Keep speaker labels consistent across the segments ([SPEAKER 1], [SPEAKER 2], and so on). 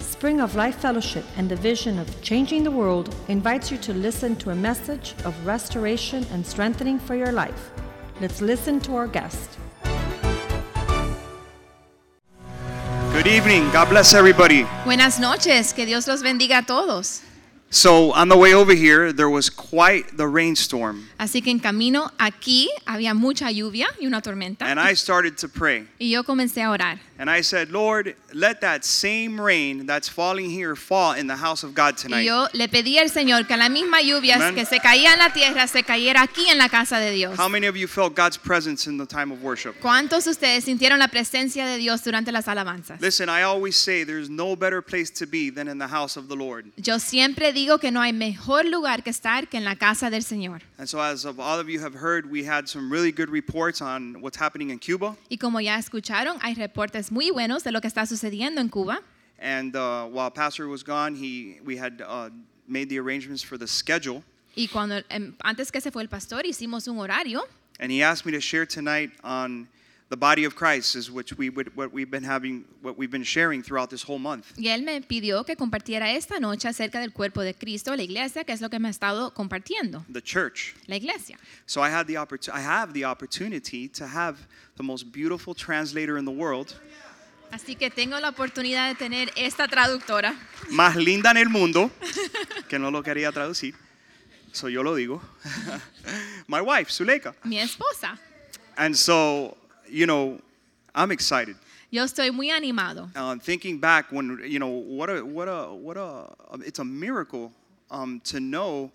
[SPEAKER 1] Spring of Life Fellowship and the vision of changing the world invites you to listen to a message of restoration and strengthening for your life. Let's listen to our guest.
[SPEAKER 2] Good evening. God bless everybody.
[SPEAKER 3] Buenas noches, que Dios los bendiga a todos.
[SPEAKER 2] So, on the way over here, there was quite the rainstorm,
[SPEAKER 3] Así que en camino aquí había mucha lluvia y una tormenta
[SPEAKER 2] and I started to pray.
[SPEAKER 3] y yo comencé a orar
[SPEAKER 2] And I said, Lord, let that same rain that's falling here fall in the house of God
[SPEAKER 3] y
[SPEAKER 2] tonight.
[SPEAKER 3] yo le pedí al Señor que la misma lluvia
[SPEAKER 2] Amen.
[SPEAKER 3] que se caía en la tierra se cayera aquí en la casa de Dios.
[SPEAKER 2] How many of you felt God's presence in the time of worship?
[SPEAKER 3] ¿Cuántos de ustedes sintieron la presencia de Dios durante las alabanzas?
[SPEAKER 2] Listen, I always say there's no better place to be than in the house of the Lord.
[SPEAKER 3] Yo siempre digo que no hay mejor lugar que estar que en la casa del Señor.
[SPEAKER 2] And so, as of all of you have heard, we had some really good reports on what's happening in Cuba.
[SPEAKER 3] Y como ya escucharon, hay reportes muy buenos de lo que está sucediendo en Cuba.
[SPEAKER 2] And uh, while Pastor was gone, he we had uh, made the arrangements for the schedule.
[SPEAKER 3] Y cuando em, antes que se fue el pastor hicimos un horario
[SPEAKER 2] And he asked me to share tonight on the body of Christ, is which we would, what we've been having, what we've been sharing throughout this whole month.
[SPEAKER 3] y él me pidió que compartiera esta noche acerca del cuerpo de Cristo, la iglesia, que es lo que me ha estado compartiendo,
[SPEAKER 2] The church.
[SPEAKER 3] la iglesia.
[SPEAKER 2] So I had the opportu- I have the opportunity to have the most beautiful translator in the world,
[SPEAKER 3] Así que tengo la oportunidad de tener esta traductora,
[SPEAKER 2] más linda en el mundo, que no lo quería traducir, so yo lo digo. My wife, Suleika.
[SPEAKER 3] mi esposa.
[SPEAKER 2] And so, you know, I'm excited.
[SPEAKER 3] Yo estoy muy animado.
[SPEAKER 2] um, thinking back when you know what a what a what a it's a miracle um, to know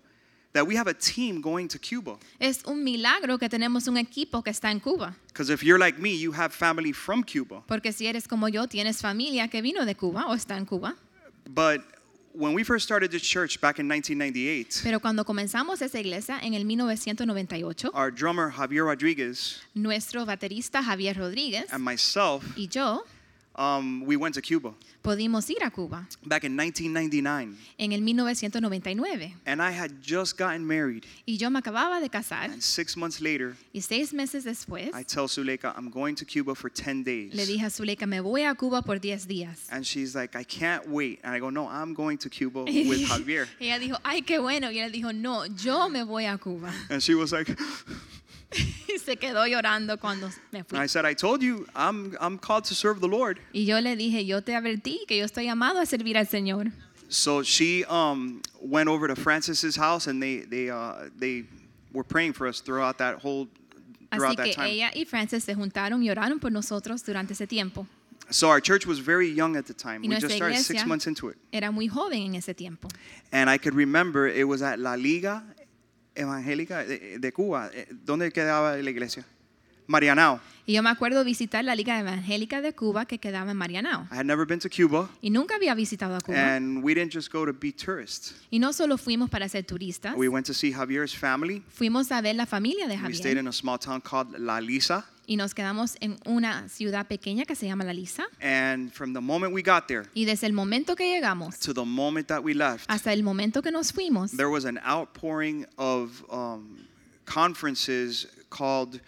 [SPEAKER 2] that we have a team going to Cuba.
[SPEAKER 3] Es un milagro que tenemos un equipo que está en Cuba,
[SPEAKER 2] Because if you're like me, you have family from Cuba.
[SPEAKER 3] porque si eres como yo, tienes familia que vino de Cuba o está en Cuba.
[SPEAKER 2] But when we first started the church back in 1998,
[SPEAKER 3] Pero cuando comenzamos esa iglesia en el 1998,
[SPEAKER 2] our drummer Javier Rodriguez
[SPEAKER 3] nuestro baterista Javier Rodríguez
[SPEAKER 2] and myself,
[SPEAKER 3] y yo
[SPEAKER 2] um, we went to Cuba
[SPEAKER 3] pudimos ir a Cuba
[SPEAKER 2] back in 1999,
[SPEAKER 3] en el 1999
[SPEAKER 2] and I had just gotten married.
[SPEAKER 3] y yo me acababa de casar
[SPEAKER 2] And six months later,
[SPEAKER 3] y seis meses después
[SPEAKER 2] I tell Suleika I'm going to Cuba for 10 days.
[SPEAKER 3] le dije a Zuleika me voy a Cuba por 10 días.
[SPEAKER 2] And she's like, I can't wait. And I go, No, I'm going to Cuba with Javier.
[SPEAKER 3] Ella dijo, ay, qué bueno. Y él dijo, no, yo me voy a Cuba.
[SPEAKER 2] And she was like,
[SPEAKER 3] Y se quedó llorando cuando me
[SPEAKER 2] and
[SPEAKER 3] fui.
[SPEAKER 2] I said, I told you, I'm, I'm called to serve the Lord.
[SPEAKER 3] Y yo le dije, yo te advertí que yo estoy llamado a servir al Señor.
[SPEAKER 2] So she um, went over to Francis's house and they, they, uh, they were praying for us throughout that whole
[SPEAKER 3] Así
[SPEAKER 2] throughout that
[SPEAKER 3] que
[SPEAKER 2] time.
[SPEAKER 3] ella y Frances se juntaron y oraron por nosotros durante ese tiempo.
[SPEAKER 2] So our church was very young at the time.
[SPEAKER 3] Y
[SPEAKER 2] We
[SPEAKER 3] nuestra
[SPEAKER 2] just started six
[SPEAKER 3] iglesia-
[SPEAKER 2] months into it.
[SPEAKER 3] Era muy joven en ese tiempo.
[SPEAKER 2] And I could remember it was at La Liga Evangélica de, de Cuba. Eh, ¿Dónde quedaba la iglesia? Marianao.
[SPEAKER 3] Y yo me acuerdo visitar la Liga Evangélica de Cuba que quedaba en Marianao.
[SPEAKER 2] I had never been to Cuba.
[SPEAKER 3] Y nunca había visitado a Cuba.
[SPEAKER 2] And we didn't just go to be tourists.
[SPEAKER 3] Y no solo fuimos para ser turistas,
[SPEAKER 2] We went to see Javier's family.
[SPEAKER 3] fuimos a ver la familia de
[SPEAKER 2] We stayed
[SPEAKER 3] Javier
[SPEAKER 2] in a small town called La Lisa.
[SPEAKER 3] y nos quedamos en una ciudad pequeña que se llama La Lisa.
[SPEAKER 2] And from the moment we got there
[SPEAKER 3] Y desde el momento que llegamos
[SPEAKER 2] to the moment that we left,
[SPEAKER 3] hasta el momento que nos fuimos,
[SPEAKER 2] there was an outpouring of um, conferences called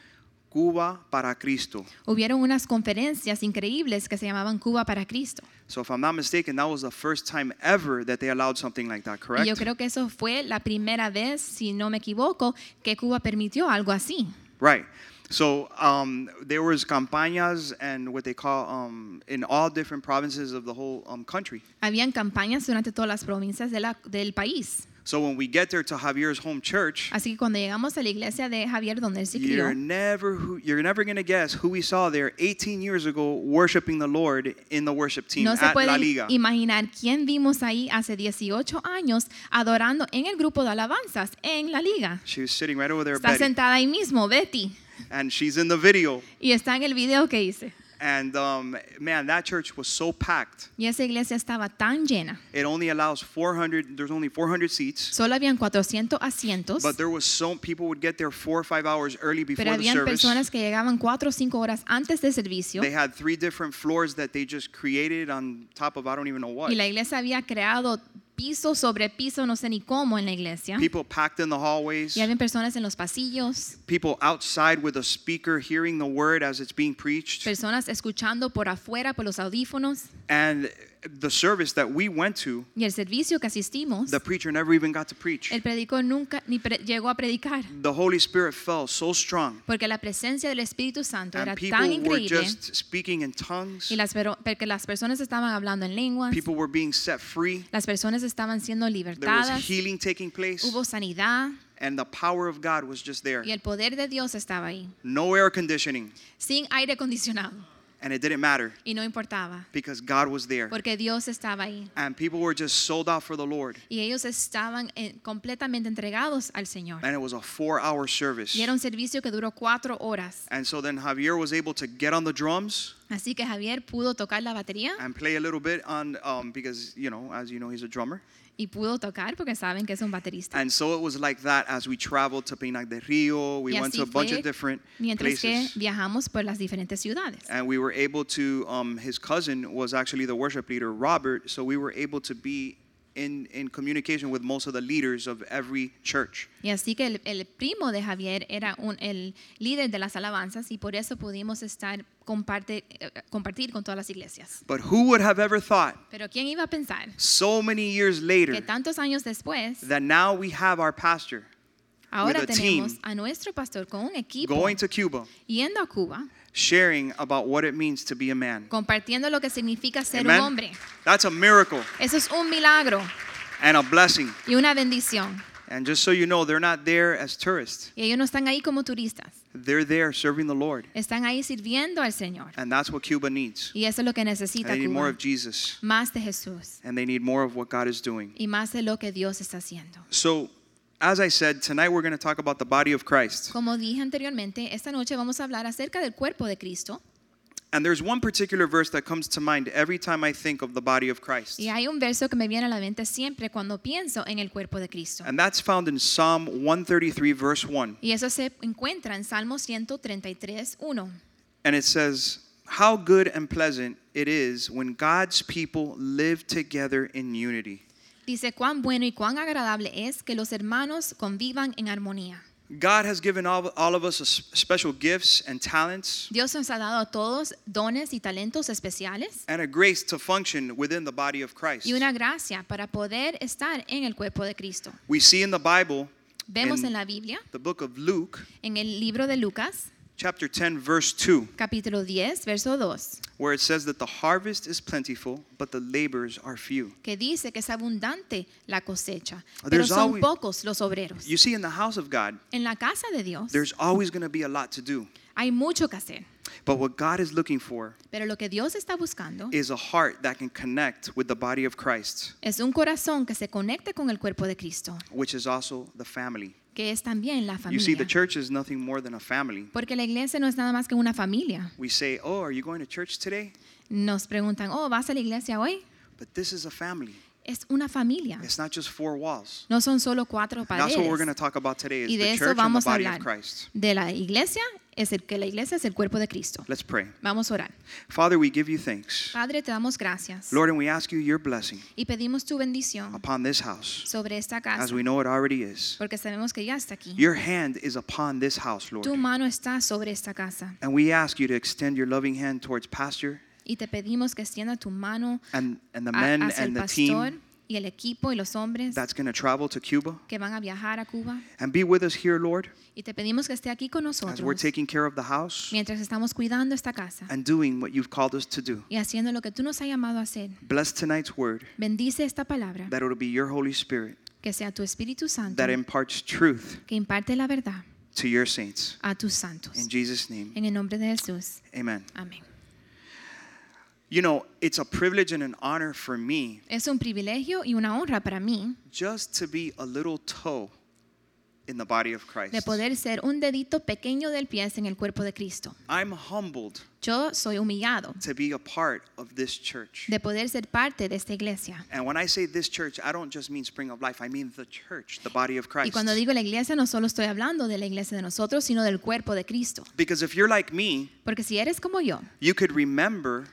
[SPEAKER 2] Cuba para Cristo.
[SPEAKER 3] hubieron unas conferencias increíbles que se llamaban Cuba para Cristo.
[SPEAKER 2] So, if I'm not mistaken, that was the first time ever that they allowed something like that,
[SPEAKER 3] Y yo
[SPEAKER 2] correct?
[SPEAKER 3] creo que eso fue la primera vez, si no me equivoco, que Cuba permitió algo así.
[SPEAKER 2] Right. So um, there was campañas and what they call um, in all different provinces of the whole um, country.
[SPEAKER 3] Habían campañas durante todas las provincias de la- del país.
[SPEAKER 2] So when we get there to Javier's home church,
[SPEAKER 3] Así que cuando llegamos a la iglesia de Javier, donde él se crió,
[SPEAKER 2] You're never who, you're never gonna guess who we saw there 18 years ago worshiping the Lord in the worship team
[SPEAKER 3] No se
[SPEAKER 2] at La
[SPEAKER 3] puede
[SPEAKER 2] Liga.
[SPEAKER 3] imaginar quién vimos ahí hace 18 años adorando en el grupo de alabanzas en la liga.
[SPEAKER 2] She was sitting right over there,
[SPEAKER 3] Está
[SPEAKER 2] Betty,
[SPEAKER 3] sentada ahí mismo, Betty,
[SPEAKER 2] and she's in the video.
[SPEAKER 3] y está en el video que hice.
[SPEAKER 2] And um, man, that church was so packed.
[SPEAKER 3] Y esa iglesia estaba tan llena.
[SPEAKER 2] It only allows 400. There's only 400 seats,
[SPEAKER 3] Solo habían 400 asientos,
[SPEAKER 2] but there was so people would get there four or five hours early before
[SPEAKER 3] pero
[SPEAKER 2] the
[SPEAKER 3] habían
[SPEAKER 2] service.
[SPEAKER 3] personas que llegaban 4 o 5 horas antes del servicio.
[SPEAKER 2] They had three different floors that they just created on top of I don't even know what.
[SPEAKER 3] Y la iglesia había creado piso sobre piso, no sé ni cómo en la iglesia.
[SPEAKER 2] People packed in the hallways.
[SPEAKER 3] Y había personas en los pasillos,
[SPEAKER 2] People outside with a speaker hearing the word as it's being preached.
[SPEAKER 3] personas escuchando por afuera por los audífonos
[SPEAKER 2] And the service that we went to,
[SPEAKER 3] y el servicio que asistimos.
[SPEAKER 2] the preacher never even got to preach.
[SPEAKER 3] El predicó nunca ni pre- llegó a predicar
[SPEAKER 2] The Holy Spirit fell so strong.
[SPEAKER 3] porque la presencia del Espíritu Santo era
[SPEAKER 2] And
[SPEAKER 3] tan
[SPEAKER 2] people were
[SPEAKER 3] increíble ¿eh?
[SPEAKER 2] just speaking in tongues.
[SPEAKER 3] y las, pero- porque las personas estaban hablando en lenguas,
[SPEAKER 2] People were being set free.
[SPEAKER 3] las personas estaban siendo
[SPEAKER 2] There was
[SPEAKER 3] libertadas,
[SPEAKER 2] healing taking place.
[SPEAKER 3] hubo sanidad
[SPEAKER 2] And the power of God was just there.
[SPEAKER 3] y el poder de Dios estaba ahí,
[SPEAKER 2] No air conditioning.
[SPEAKER 3] sin aire acondicionado
[SPEAKER 2] And it didn't matter
[SPEAKER 3] y no importaba
[SPEAKER 2] because God was there.
[SPEAKER 3] porque Dios estaba ahí
[SPEAKER 2] And people were just sold out for the Lord.
[SPEAKER 3] y ellos estaban eh, completamente entregados al Señor.
[SPEAKER 2] And it was a four hour service.
[SPEAKER 3] Y era un servicio que duró cuatro horas.
[SPEAKER 2] And so then Javier was able to get on the drums
[SPEAKER 3] Así que Javier pudo tocar la batería
[SPEAKER 2] and play a little bit on, um, because, you know, as you know, he's a drummer.
[SPEAKER 3] y pudo tocar porque saben que es un baterista.
[SPEAKER 2] And so it was like that as we traveled to Pinac de Rio. We
[SPEAKER 3] Y
[SPEAKER 2] went
[SPEAKER 3] así
[SPEAKER 2] to a bunch
[SPEAKER 3] fue
[SPEAKER 2] of different
[SPEAKER 3] mientras que
[SPEAKER 2] places.
[SPEAKER 3] viajamos por las diferentes ciudades.
[SPEAKER 2] And we were able to, um, his cousin was actually the worship leader, Robert. So we were able to be in, in communication with most of the leaders of every church.
[SPEAKER 3] Y así que el, el primo de Javier era un- el líder de las alabanzas y por eso pudimos estar comparte- eh, compartir con todas las iglesias.
[SPEAKER 2] But who would have ever thought,
[SPEAKER 3] Pero ¿quién iba a pensar
[SPEAKER 2] so many years later,
[SPEAKER 3] que tantos años después,
[SPEAKER 2] that now we have our pastor
[SPEAKER 3] ahora
[SPEAKER 2] with a team
[SPEAKER 3] tenemos a nuestro pastor con un equipo
[SPEAKER 2] going to Cuba,
[SPEAKER 3] yendo a Cuba,
[SPEAKER 2] sharing about what it means to be a man?
[SPEAKER 3] compartiendo lo que significa ser un hombre?
[SPEAKER 2] Amen? That's a miracle
[SPEAKER 3] Eso es un milagro
[SPEAKER 2] and a blessing.
[SPEAKER 3] y una bendición.
[SPEAKER 2] And just so you know, they're not there as tourists.
[SPEAKER 3] Y ellos no están ahí como turistas,
[SPEAKER 2] They're there serving the Lord.
[SPEAKER 3] están ahí sirviendo al Señor.
[SPEAKER 2] And that's what Cuba needs.
[SPEAKER 3] Y eso es lo que
[SPEAKER 2] And
[SPEAKER 3] necesita
[SPEAKER 2] they need more
[SPEAKER 3] Cuba.
[SPEAKER 2] of Jesus.
[SPEAKER 3] Más de Jesús
[SPEAKER 2] And they need more of what God is doing.
[SPEAKER 3] y más de lo que Dios está haciendo.
[SPEAKER 2] So, as I said, tonight we're going to talk about the body of Christ.
[SPEAKER 3] Como dije anteriormente, esta noche vamos a hablar acerca del cuerpo de Cristo.
[SPEAKER 2] And there's one particular verse that comes to mind every time I think of the body of Christ.
[SPEAKER 3] Y hay un verso que me viene a la mente siempre cuando pienso en el cuerpo de Cristo.
[SPEAKER 2] And that's found in Psalm 133, verse 1.
[SPEAKER 3] Y eso se encuentra en Salmo 133, 1.
[SPEAKER 2] And it says, How good and pleasant it is when God's people live together in unity.
[SPEAKER 3] Dice, cuán bueno y cuán agradable es que los hermanos convivan en armonía.
[SPEAKER 2] God has given all, all of us a s- special gifts and talents
[SPEAKER 3] Dios nos ha dado a todos dones y talentos especiales
[SPEAKER 2] and a grace to function within the body of Christ.
[SPEAKER 3] y una gracia para poder estar en el cuerpo de Cristo.
[SPEAKER 2] We see in the Bible,
[SPEAKER 3] Vemos
[SPEAKER 2] En-
[SPEAKER 3] en la Biblia,
[SPEAKER 2] the book of Luke,
[SPEAKER 3] en el libro de Lucas,
[SPEAKER 2] chapter 10, verse 2,
[SPEAKER 3] capítulo 10, verso 2.
[SPEAKER 2] where it says that the harvest is plentiful, but the labors are few.
[SPEAKER 3] que dice que es abundante la cosecha, pero
[SPEAKER 2] There's
[SPEAKER 3] son
[SPEAKER 2] always-
[SPEAKER 3] pocos los obreros.
[SPEAKER 2] You see, in the house of God,
[SPEAKER 3] En la casa de Dios
[SPEAKER 2] there's always going to be a lot to do.
[SPEAKER 3] hay mucho que hacer,
[SPEAKER 2] But what God is looking for
[SPEAKER 3] pero lo que Dios está buscando
[SPEAKER 2] is a heart that can connect with the body of Christ.
[SPEAKER 3] es un corazón que se conecte con el cuerpo de Cristo,
[SPEAKER 2] which is also the family.
[SPEAKER 3] que es también la
[SPEAKER 2] You see, the
[SPEAKER 3] familia.
[SPEAKER 2] church is nothing more than a family.
[SPEAKER 3] Porque la iglesia no es nada más que una familia.
[SPEAKER 2] We say, oh, are you going to church today?
[SPEAKER 3] Nos preguntan, oh, ¿vas a la iglesia hoy?
[SPEAKER 2] But this is a family.
[SPEAKER 3] Es una familia.
[SPEAKER 2] It's not just four walls.
[SPEAKER 3] No son solo cuatro
[SPEAKER 2] And that's what we're going to
[SPEAKER 3] paredes.
[SPEAKER 2] talk about today is
[SPEAKER 3] Y de
[SPEAKER 2] the
[SPEAKER 3] eso
[SPEAKER 2] church and the
[SPEAKER 3] vamos a
[SPEAKER 2] body of
[SPEAKER 3] hablar.
[SPEAKER 2] Christ.
[SPEAKER 3] De la iglesia es el que la iglesia es el cuerpo de Cristo.
[SPEAKER 2] Let's pray.
[SPEAKER 3] Vamos a orar.
[SPEAKER 2] Father, we give you thanks.
[SPEAKER 3] Padre, te damos gracias
[SPEAKER 2] Lord, and we ask you your blessing
[SPEAKER 3] y pedimos tu bendición
[SPEAKER 2] upon this house,
[SPEAKER 3] sobre esta casa,
[SPEAKER 2] as we know it already is.
[SPEAKER 3] porque sabemos que ya está aquí.
[SPEAKER 2] Your hand is upon this house, Lord.
[SPEAKER 3] Tu mano está sobre esta casa
[SPEAKER 2] And we ask you to extend your loving hand towards Pastor
[SPEAKER 3] y te pedimos que extienda tu mano
[SPEAKER 2] and, and the
[SPEAKER 3] a-
[SPEAKER 2] men
[SPEAKER 3] hacia el
[SPEAKER 2] and the
[SPEAKER 3] pastor
[SPEAKER 2] team
[SPEAKER 3] y el equipo y los hombres
[SPEAKER 2] that's going to travel to Cuba.
[SPEAKER 3] que van a viajar a Cuba
[SPEAKER 2] And be with us here, Lord.
[SPEAKER 3] y te pedimos que esté aquí con
[SPEAKER 2] as we're
[SPEAKER 3] nosotros
[SPEAKER 2] taking care of the house
[SPEAKER 3] mientras estamos cuidando esta casa
[SPEAKER 2] and doing what you've called us to do.
[SPEAKER 3] y haciendo lo que tú nos has llamado a hacer.
[SPEAKER 2] Bless tonight's word,
[SPEAKER 3] Bendice esta palabra,
[SPEAKER 2] that it'll be your Holy Spirit
[SPEAKER 3] que sea tu Espíritu Santo
[SPEAKER 2] that imparts truth
[SPEAKER 3] que imparte la verdad
[SPEAKER 2] to your saints.
[SPEAKER 3] a tus santos.
[SPEAKER 2] In Jesus' name,
[SPEAKER 3] En el nombre de Jesús.
[SPEAKER 2] amen.
[SPEAKER 3] Amén.
[SPEAKER 2] You know, it's a privilege and an honor for me
[SPEAKER 3] Es un privilegio y una honra para mí
[SPEAKER 2] just to be a little toe in the body of Christ.
[SPEAKER 3] de poder ser un dedito pequeño del pie en el cuerpo de Cristo.
[SPEAKER 2] I'm humbled
[SPEAKER 3] Yo soy humillado
[SPEAKER 2] to be a part of this church.
[SPEAKER 3] de poder ser parte de esta iglesia.
[SPEAKER 2] And when I say this church, I don't just mean Spring of Life, I mean the church, the body of
[SPEAKER 3] Y
[SPEAKER 2] Christ.
[SPEAKER 3] cuando digo la iglesia, no solo estoy hablando de la iglesia de nosotros, sino del cuerpo de Cristo.
[SPEAKER 2] Because if you're like me,
[SPEAKER 3] Porque si eres como yo,
[SPEAKER 2] you could remember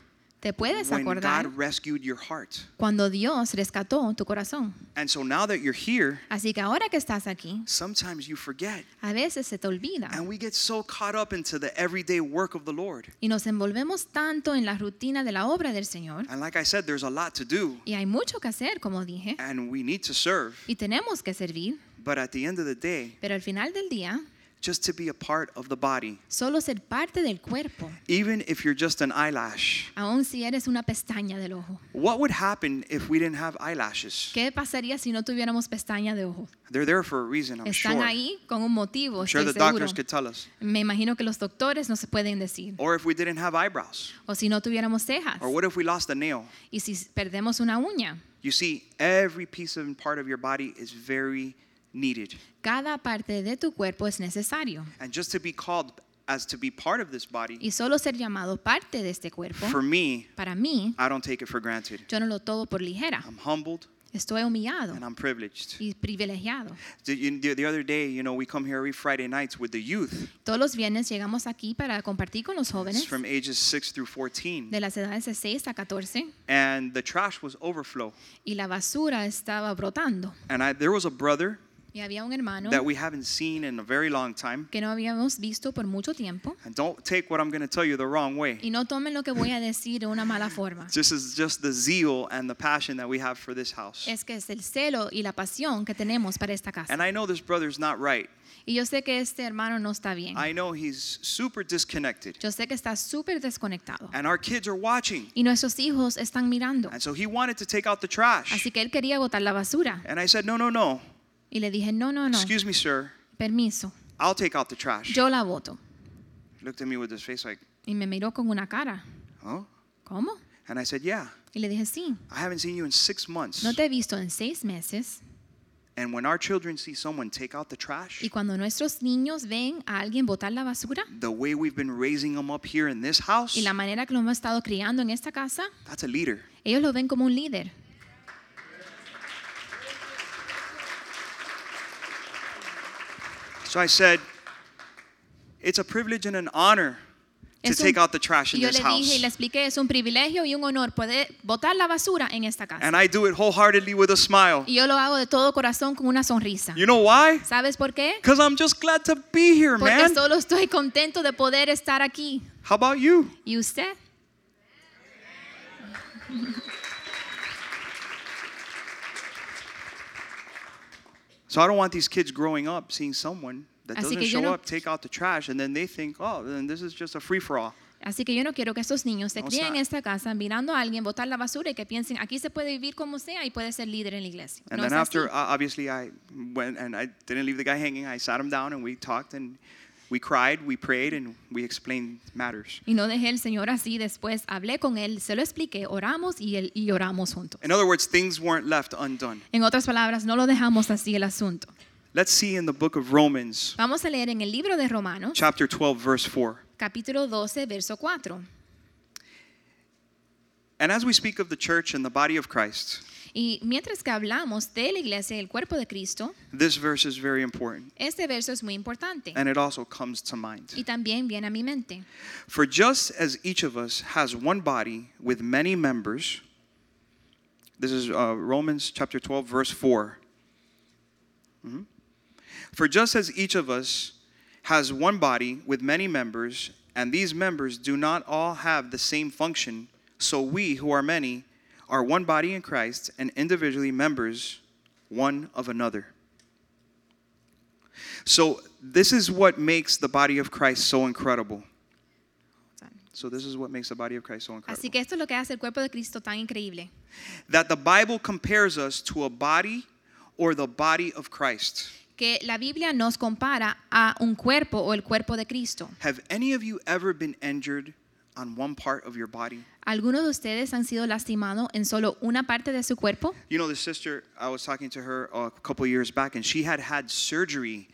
[SPEAKER 3] Te puedes
[SPEAKER 2] when
[SPEAKER 3] acordar ¿eh?
[SPEAKER 2] God rescued your heart.
[SPEAKER 3] cuando Dios rescató tu corazón.
[SPEAKER 2] And so now that you're here,
[SPEAKER 3] Así que ahora que estás aquí,
[SPEAKER 2] sometimes you forget.
[SPEAKER 3] a veces se te olvida
[SPEAKER 2] And we get so caught up into the everyday work of the Lord.
[SPEAKER 3] y nos envolvemos tanto en la rutina de la obra del Señor.
[SPEAKER 2] And like I said, there's a lot to do,
[SPEAKER 3] Y hay mucho que hacer, como dije,
[SPEAKER 2] and we need to serve.
[SPEAKER 3] y tenemos que servir,
[SPEAKER 2] But at the end of the day,
[SPEAKER 3] pero al final del día,
[SPEAKER 2] just to be a part of the body,
[SPEAKER 3] solo ser parte del cuerpo,
[SPEAKER 2] even if you're just an eyelash.
[SPEAKER 3] aun si eres una pestaña del ojo.
[SPEAKER 2] What would happen if we didn't have eyelashes?
[SPEAKER 3] ¿Qué pasaría si no tuviéramos pestaña de ojo?
[SPEAKER 2] They're there for a reason, I'm
[SPEAKER 3] Están
[SPEAKER 2] sure.
[SPEAKER 3] ahí con un motivo,
[SPEAKER 2] I'm sure
[SPEAKER 3] estoy
[SPEAKER 2] the
[SPEAKER 3] seguro.
[SPEAKER 2] doctors could tell us.
[SPEAKER 3] Me imagino que los doctores no se pueden decir.
[SPEAKER 2] Or if we didn't have eyebrows.
[SPEAKER 3] O si no tuviéramos cejas.
[SPEAKER 2] Or what if we lost a nail?
[SPEAKER 3] Y si perdemos una uña.
[SPEAKER 2] You see, every piece and part of your body is very needed.
[SPEAKER 3] Cada parte de tu cuerpo es necesario.
[SPEAKER 2] And just to be called as to be part of this body,
[SPEAKER 3] Y solo ser llamado parte de este cuerpo,
[SPEAKER 2] for me,
[SPEAKER 3] para mí,
[SPEAKER 2] I don't take it for granted.
[SPEAKER 3] yo no lo todo por ligera.
[SPEAKER 2] I'm humbled
[SPEAKER 3] Estoy humillado
[SPEAKER 2] and I'm privileged.
[SPEAKER 3] y privilegiado.
[SPEAKER 2] The, you- the- the other day, you know, we come here every Friday nights with the youth.
[SPEAKER 3] Todos los viernes llegamos aquí para compartir con los
[SPEAKER 2] It's
[SPEAKER 3] jóvenes
[SPEAKER 2] from ages 6 through 14.
[SPEAKER 3] de las edades de 6 a 14
[SPEAKER 2] And the trash was overflow.
[SPEAKER 3] y la basura estaba brotando.
[SPEAKER 2] And I, there was a brother
[SPEAKER 3] Y había un hermano
[SPEAKER 2] that we haven't seen in a very long time.
[SPEAKER 3] que no habíamos visto por mucho tiempo.
[SPEAKER 2] And don't take what I'm going to tell you the wrong way.
[SPEAKER 3] Y no tomen lo que voy a decir de una mala forma.
[SPEAKER 2] This is just the zeal and the passion that we have for this house.
[SPEAKER 3] Es que es el celo y la pasión que tenemos para esta casa.
[SPEAKER 2] And I know this brother's not right.
[SPEAKER 3] Y yo sé que este hermano no está bien.
[SPEAKER 2] I know he's super disconnected.
[SPEAKER 3] Yo sé que está súper desconectado.
[SPEAKER 2] And our kids are watching.
[SPEAKER 3] Y nuestros hijos están mirando.
[SPEAKER 2] And so he wanted to take out the trash.
[SPEAKER 3] Así que él quería botar la basura.
[SPEAKER 2] And I said, No, no, no.
[SPEAKER 3] Y le dije, no, no, no,
[SPEAKER 2] Excuse me, sir.
[SPEAKER 3] permiso,
[SPEAKER 2] I'll take out the trash.
[SPEAKER 3] yo la voto.
[SPEAKER 2] He looked at me with his face like,
[SPEAKER 3] Y me miró con una cara.
[SPEAKER 2] Oh?
[SPEAKER 3] ¿Cómo?
[SPEAKER 2] And I said, Yeah,
[SPEAKER 3] Y le dije, sí,
[SPEAKER 2] I haven't seen you in six months.
[SPEAKER 3] no te he visto en seis meses.
[SPEAKER 2] And when our children see someone take out the trash,
[SPEAKER 3] Y cuando nuestros niños ven a alguien botar la basura
[SPEAKER 2] the way we've been raising them up here in this house,
[SPEAKER 3] y la manera que lo hemos estado criando en esta casa,
[SPEAKER 2] that's a leader.
[SPEAKER 3] ellos lo ven como un líder.
[SPEAKER 2] So I said, It's a privilege and an honor to
[SPEAKER 3] Es un-
[SPEAKER 2] take out the trash in
[SPEAKER 3] Y yo
[SPEAKER 2] this
[SPEAKER 3] le dije y le
[SPEAKER 2] house.
[SPEAKER 3] expliqué, es un privilegio y un honor poder botar la basura en esta casa.
[SPEAKER 2] And I do it wholeheartedly with a smile.
[SPEAKER 3] Y yo lo hago de todo corazón con una sonrisa.
[SPEAKER 2] You know why?
[SPEAKER 3] ¿Sabes por qué?
[SPEAKER 2] Because I'm just glad to be here,
[SPEAKER 3] Porque
[SPEAKER 2] man.
[SPEAKER 3] solo estoy contento de poder estar aquí.
[SPEAKER 2] How about you?
[SPEAKER 3] ¿Y usted?
[SPEAKER 2] So I don't want these kids growing up seeing someone that
[SPEAKER 3] Así
[SPEAKER 2] doesn't
[SPEAKER 3] que yo
[SPEAKER 2] show
[SPEAKER 3] no-
[SPEAKER 2] up, take out the trash, and then they think, oh, then this is just a free for all.
[SPEAKER 3] Así que yo no quiero que estos niños se
[SPEAKER 2] No,
[SPEAKER 3] críen en
[SPEAKER 2] it's
[SPEAKER 3] esta casa mirando a alguien botar la basura y que piensen, aquí se puede vivir como sea y puede ser líder en la iglesia.
[SPEAKER 2] And
[SPEAKER 3] No
[SPEAKER 2] then
[SPEAKER 3] es
[SPEAKER 2] after, uh,
[SPEAKER 3] así.
[SPEAKER 2] obviously, I went and I didn't leave the guy hanging. I sat him down and we talked and we cried, we prayed, and we explained matters.
[SPEAKER 3] Y no dejé el Señor así, después hablé con él, se lo expliqué, oramos y, él, y oramos juntos.
[SPEAKER 2] In other words, things weren't left undone.
[SPEAKER 3] En otras palabras, no lo dejamos así el asunto.
[SPEAKER 2] Let's see in the book of Romans,
[SPEAKER 3] Vamos a leer en el libro de Romanos,
[SPEAKER 2] chapter 12, verse 4.
[SPEAKER 3] capítulo 12, verso 4.
[SPEAKER 2] And as we speak of the church and the body of Christ,
[SPEAKER 3] Y mientras que hablamos de la iglesia y el cuerpo de Cristo,
[SPEAKER 2] this verse is very important.
[SPEAKER 3] este verso es muy importante
[SPEAKER 2] And it also comes to mind.
[SPEAKER 3] y también viene a mi mente.
[SPEAKER 2] For just as each of us has one body with many members, this is uh, Romans chapter 12, verse 4. Mhm. For just as each of us has one body with many members, and these members do not all have the same function, so we who are many are one body in Christ and individually members one of another. So, this is what makes the body of Christ so incredible. So this is what makes the body of Christ so incredible.
[SPEAKER 3] Así que esto es lo que hace el cuerpo de Cristo tan increíble.
[SPEAKER 2] that the Bible compares us to a body or the body of Christ.
[SPEAKER 3] que la Biblia nos compara a un cuerpo o el cuerpo de Cristo.
[SPEAKER 2] Have any of you ever been injured on one part of your body?
[SPEAKER 3] ¿Algunos de ustedes han sido lastimados en solo una parte de su cuerpo?
[SPEAKER 2] You know, the sister I was talking to her uh, a couple years back, and she had had surgery.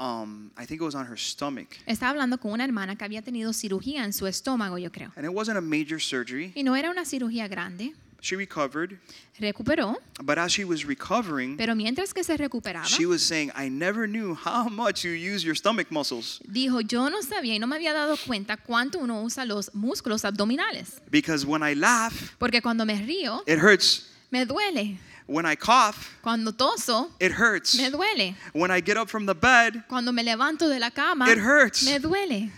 [SPEAKER 2] Um, I think it was on her stomach,
[SPEAKER 3] Estaba hablando con una hermana que había tenido cirugía en su estómago, yo creo.
[SPEAKER 2] and it wasn't a major surgery,
[SPEAKER 3] Y no era una cirugía grande,
[SPEAKER 2] She recovered,
[SPEAKER 3] Recuperó,
[SPEAKER 2] but as she was recovering,
[SPEAKER 3] pero mientras que se recuperaba,
[SPEAKER 2] she was saying, I never knew how much you use your stomach muscles.
[SPEAKER 3] dijo, yo no sabía y no me había dado cuenta cuánto uno usa los músculos abdominales.
[SPEAKER 2] Because when I laugh,
[SPEAKER 3] Porque cuando me río,
[SPEAKER 2] it hurts.
[SPEAKER 3] me duele.
[SPEAKER 2] When I cough,
[SPEAKER 3] Cuando toso,
[SPEAKER 2] it hurts.
[SPEAKER 3] me duele.
[SPEAKER 2] When I get up from the bed,
[SPEAKER 3] Cuando me levanto de la cama,
[SPEAKER 2] It hurts.
[SPEAKER 3] me duele.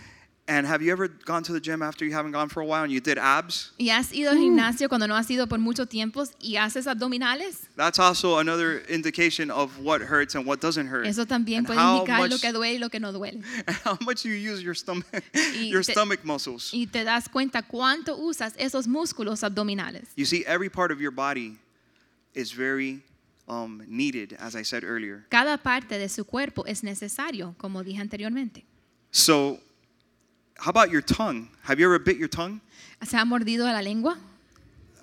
[SPEAKER 2] and have you ever gone to the gym after you haven't gone for a while and you did abs?
[SPEAKER 3] Y has ido
[SPEAKER 2] Mm.
[SPEAKER 3] al gimnasio cuando no has ido por mucho tiempo y haces abdominales.
[SPEAKER 2] That's also another indication of what hurts and what doesn't hurt.
[SPEAKER 3] Eso también
[SPEAKER 2] and
[SPEAKER 3] puede
[SPEAKER 2] how
[SPEAKER 3] indicar lo
[SPEAKER 2] much-
[SPEAKER 3] que duele y lo que no duele.
[SPEAKER 2] and how much you use your stomach,
[SPEAKER 3] Y
[SPEAKER 2] your
[SPEAKER 3] te-
[SPEAKER 2] stomach muscles.
[SPEAKER 3] Y te das cuenta cuánto usas esos músculos abdominales.
[SPEAKER 2] You see, every part of your body is very um, needed, as I said earlier.
[SPEAKER 3] Cada parte de su cuerpo es necesario, como dije anteriormente.
[SPEAKER 2] So, how about your tongue? Have you ever bit your tongue?
[SPEAKER 3] ¿Se ha mordido la lengua?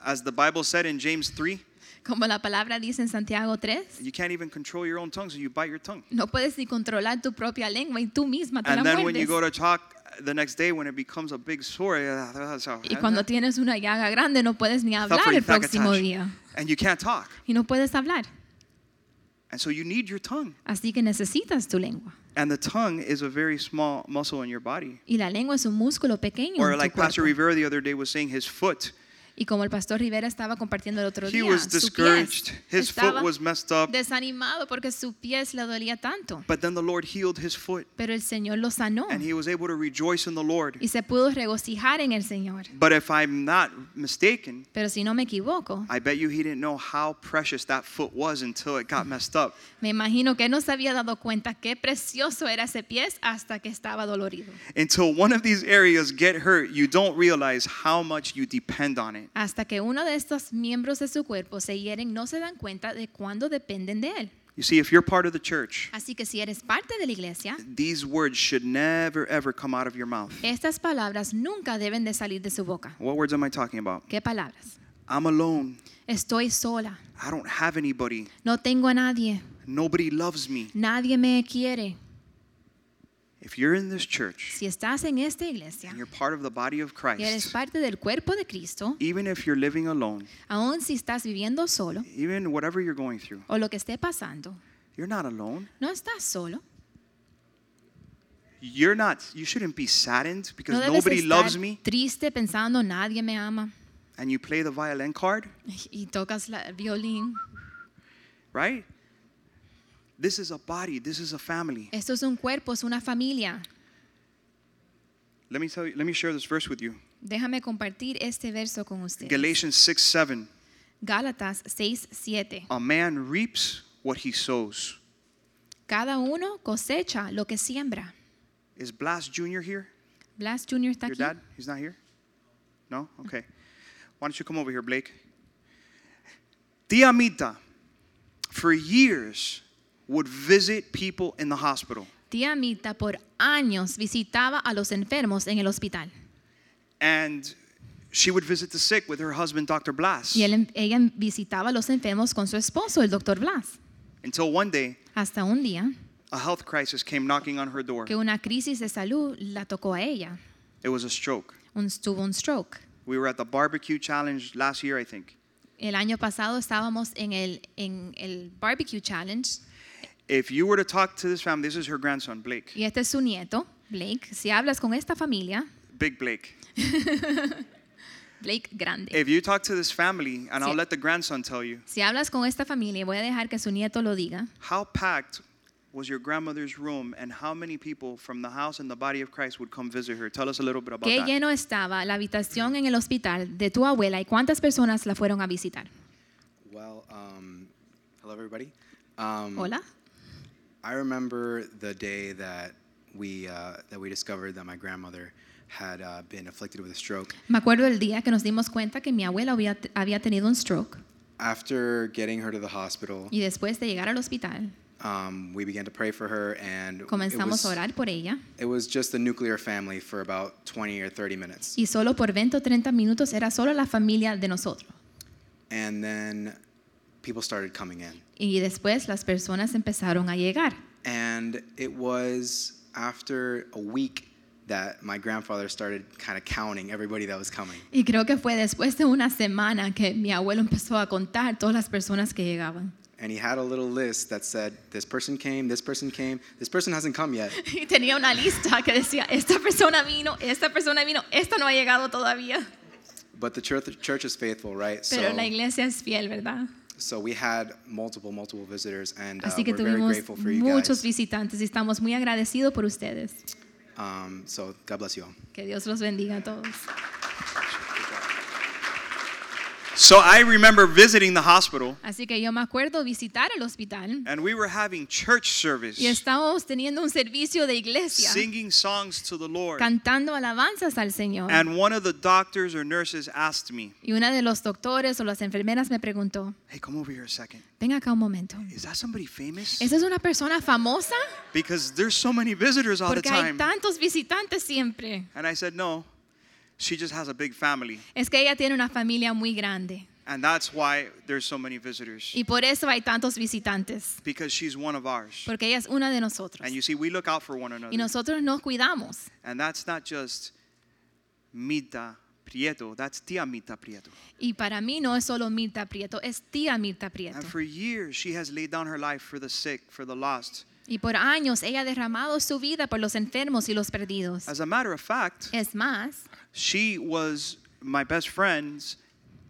[SPEAKER 2] As the Bible said in James 3,
[SPEAKER 3] Como la palabra dice en Santiago 3.
[SPEAKER 2] you can't even control your own tongue, so you bite your tongue.
[SPEAKER 3] No puedes ni controlar tu propia lengua y tú misma te
[SPEAKER 2] And
[SPEAKER 3] la
[SPEAKER 2] then when you
[SPEAKER 3] muerdes.
[SPEAKER 2] go to talk the next day, when it becomes a big sore, that's how-
[SPEAKER 3] Y cuando tienes una llaga grande no puedes ni hablar
[SPEAKER 2] suffering
[SPEAKER 3] el próximo
[SPEAKER 2] faculty.
[SPEAKER 3] día.
[SPEAKER 2] and you can't talk.
[SPEAKER 3] Y no puedes hablar.
[SPEAKER 2] And so you need your tongue.
[SPEAKER 3] Así que necesitas tu lengua.
[SPEAKER 2] And the tongue is a very small muscle in your body.
[SPEAKER 3] Y la lengua es un músculo pequeño. en
[SPEAKER 2] Or
[SPEAKER 3] tu
[SPEAKER 2] like
[SPEAKER 3] cuerpo.
[SPEAKER 2] Pastor Rivera the other day was saying, his foot.
[SPEAKER 3] Y como el pastor Rivera estaba compartiendo el otro
[SPEAKER 2] He
[SPEAKER 3] día,
[SPEAKER 2] was
[SPEAKER 3] su
[SPEAKER 2] discouraged.
[SPEAKER 3] pies
[SPEAKER 2] His foot
[SPEAKER 3] estaba
[SPEAKER 2] was messed up.
[SPEAKER 3] desanimado porque su pies le dolía tanto.
[SPEAKER 2] But then the Lord healed his foot,
[SPEAKER 3] Pero el Señor lo sanó
[SPEAKER 2] and he was able to rejoice in the Lord.
[SPEAKER 3] y se pudo regocijar en el Señor.
[SPEAKER 2] But if I'm not mistaken,
[SPEAKER 3] Pero si no me equivoco,
[SPEAKER 2] I bet you he didn't know how precious that foot was until it got messed up.
[SPEAKER 3] me imagino que no se había dado cuenta qué precioso era ese pies hasta que estaba dolorido.
[SPEAKER 2] Until one of these areas get hurt, you don't realize how much you depend on it.
[SPEAKER 3] Hasta que uno de estos miembros de su cuerpo se hieren, no se dan cuenta de cuándo dependen de él.
[SPEAKER 2] You see, if you're part of the church,
[SPEAKER 3] Así que si eres parte de la iglesia,
[SPEAKER 2] these words should never ever come out of your mouth.
[SPEAKER 3] estas palabras nunca deben de salir de su boca.
[SPEAKER 2] What words am I talking about?
[SPEAKER 3] ¿Qué palabras?
[SPEAKER 2] I'm alone.
[SPEAKER 3] Estoy sola,
[SPEAKER 2] I don't have anybody.
[SPEAKER 3] no tengo a nadie,
[SPEAKER 2] Nobody loves me.
[SPEAKER 3] nadie me quiere.
[SPEAKER 2] If you're in this church
[SPEAKER 3] Si estás en esta
[SPEAKER 2] and
[SPEAKER 3] iglesia
[SPEAKER 2] you're part of the body of
[SPEAKER 3] y eres
[SPEAKER 2] Christ,
[SPEAKER 3] parte del cuerpo de Cristo,
[SPEAKER 2] even if you're living alone,
[SPEAKER 3] aun si estás viviendo solo
[SPEAKER 2] even whatever you're going through,
[SPEAKER 3] o lo que esté pasando,
[SPEAKER 2] you're not alone.
[SPEAKER 3] no estás solo.
[SPEAKER 2] You're not you shouldn't be saddened because
[SPEAKER 3] No debes
[SPEAKER 2] nobody loves
[SPEAKER 3] estar
[SPEAKER 2] me
[SPEAKER 3] triste pensando nadie me ama
[SPEAKER 2] and you play the violin card,
[SPEAKER 3] y tocas la- el violín.
[SPEAKER 2] right? This is a body, this is a family.
[SPEAKER 3] Esto es un cuerpo, es una familia.
[SPEAKER 2] Let me tell you let me share this verse with you.
[SPEAKER 3] Déjame compartir este verso con ustedes.
[SPEAKER 2] Galatians 6 7.
[SPEAKER 3] Gálatas 6, 7.
[SPEAKER 2] A man reaps what he sows.
[SPEAKER 3] Cada uno cosecha lo que siembra.
[SPEAKER 2] Is Blas Jr. here?
[SPEAKER 3] Blas Jr. está
[SPEAKER 2] Your
[SPEAKER 3] aquí.
[SPEAKER 2] dad? He's not here? No? Okay. Why don't you come over here, Blake? Tia Mita, for years, would visit people in the hospital.
[SPEAKER 3] Tía Mita por años visitaba a los enfermos en el hospital.
[SPEAKER 2] And she would visit the sick with her husband, Dr. Blas.
[SPEAKER 3] Y él- ella visitaba a los enfermos con su esposo, el doctor Blas.
[SPEAKER 2] Until one day,
[SPEAKER 3] Hasta un día
[SPEAKER 2] a health crisis came knocking on her door.
[SPEAKER 3] que una crisis de salud la tocó a ella.
[SPEAKER 2] It was a stroke.
[SPEAKER 3] Un, tuvo un stroke.
[SPEAKER 2] We were at the barbecue challenge last year, I think.
[SPEAKER 3] El año pasado estábamos en el, en el Barbecue Challenge
[SPEAKER 2] If you were to talk to this family, this is her grandson, Blake.
[SPEAKER 3] y este es su nieto, Blake. Si hablas con esta familia,
[SPEAKER 2] Big Blake.
[SPEAKER 3] Blake grande.
[SPEAKER 4] Eh,
[SPEAKER 2] If you talk to this family, and I'll
[SPEAKER 3] Sí.
[SPEAKER 2] let the grandson tell you,
[SPEAKER 3] Si hablas con esta familia, y voy a dejar que su nieto lo diga.
[SPEAKER 2] how packed was your grandmother's room and how many people from the house and the body of Christ would come visit her? Tell us a little bit about
[SPEAKER 3] ¿Qué
[SPEAKER 2] that.
[SPEAKER 3] lleno estaba la habitación en el hospital de tu abuela y cuántas personas la fueron a visitar?
[SPEAKER 4] Well, um, hello everybody. Um,
[SPEAKER 3] Hola.
[SPEAKER 4] I remember the day that we uh, that we discovered that my grandmother had uh, been afflicted with a stroke.
[SPEAKER 3] Me acuerdo el día que nos dimos cuenta que mi abuela había, había tenido un stroke
[SPEAKER 4] After getting her to the hospital,
[SPEAKER 3] y después de llegar al hospital
[SPEAKER 4] um, we began to pray for her, and it
[SPEAKER 3] comenzamos
[SPEAKER 4] was,
[SPEAKER 3] a orar por ella
[SPEAKER 4] it was just the nuclear family for about 20 or 30 minutes,
[SPEAKER 3] y solo por 20 o 30 minutos era solo la familia de nosotros.
[SPEAKER 4] and then people started coming in,
[SPEAKER 3] Y después las personas empezaron a llegar.
[SPEAKER 4] and it was after a week that my grandfather started kind of counting everybody that was coming.
[SPEAKER 3] Y creo que fue después de una semana que mi abuelo empezó a contar todas las personas que llegaban.
[SPEAKER 4] And he had a little list that said, this person came, this person came, this person hasn't come yet.
[SPEAKER 3] Y tenía una lista que decía, esta persona vino, esta persona vino, esta no ha llegado todavía.
[SPEAKER 4] But the church, church is faithful, right?
[SPEAKER 3] Pero la
[SPEAKER 4] So,
[SPEAKER 3] iglesia es fiel, ¿verdad?
[SPEAKER 4] so we had multiple, multiple visitors, and uh,
[SPEAKER 3] Así que
[SPEAKER 4] we're very
[SPEAKER 3] tuvimos
[SPEAKER 4] grateful for you
[SPEAKER 3] muchos
[SPEAKER 4] guys.
[SPEAKER 3] visitantes y estamos muy agradecidos por ustedes.
[SPEAKER 4] Um, so God bless you all.
[SPEAKER 3] Que Dios los bendiga a todos.
[SPEAKER 2] So I remember visiting the hospital
[SPEAKER 3] Así que yo me acuerdo visitar el hospital
[SPEAKER 2] and we were having church service,
[SPEAKER 3] y estábamos teniendo un servicio de iglesia,
[SPEAKER 2] singing songs to the Lord.
[SPEAKER 3] cantando alabanzas al Señor.
[SPEAKER 2] And one of the doctors or nurses asked me,
[SPEAKER 3] Y una de los doctores o las enfermeras me preguntó,
[SPEAKER 2] Hey, come over here a second.
[SPEAKER 3] ven acá un momento.
[SPEAKER 2] Is that somebody famous?
[SPEAKER 3] ¿Esa es una persona famosa?
[SPEAKER 2] Because there's so many visitors all the
[SPEAKER 3] Porque hay
[SPEAKER 2] time.
[SPEAKER 3] tantos visitantes siempre.
[SPEAKER 2] And I said, No, she just has a big family.
[SPEAKER 3] Es que ella tiene una familia muy grande
[SPEAKER 2] And that's why there's so many visitors.
[SPEAKER 3] y por eso hay tantos visitantes,
[SPEAKER 2] Because she's one of ours.
[SPEAKER 3] porque ella es una de nosotros.
[SPEAKER 2] And you see, we look out for one another.
[SPEAKER 3] Y nosotros nos cuidamos.
[SPEAKER 2] And that's not just Mita Prieto, that's Tia Mita Prieto.
[SPEAKER 3] Y para mí no es solo Mirta Prieto, es tía Mirta Prieto.
[SPEAKER 2] And for years, she has laid down her life for the sick, for the lost.
[SPEAKER 3] Y por años ella ha derramado su vida por los enfermos y los perdidos.
[SPEAKER 2] As a matter of fact,
[SPEAKER 3] Es más,
[SPEAKER 2] she was my best friend's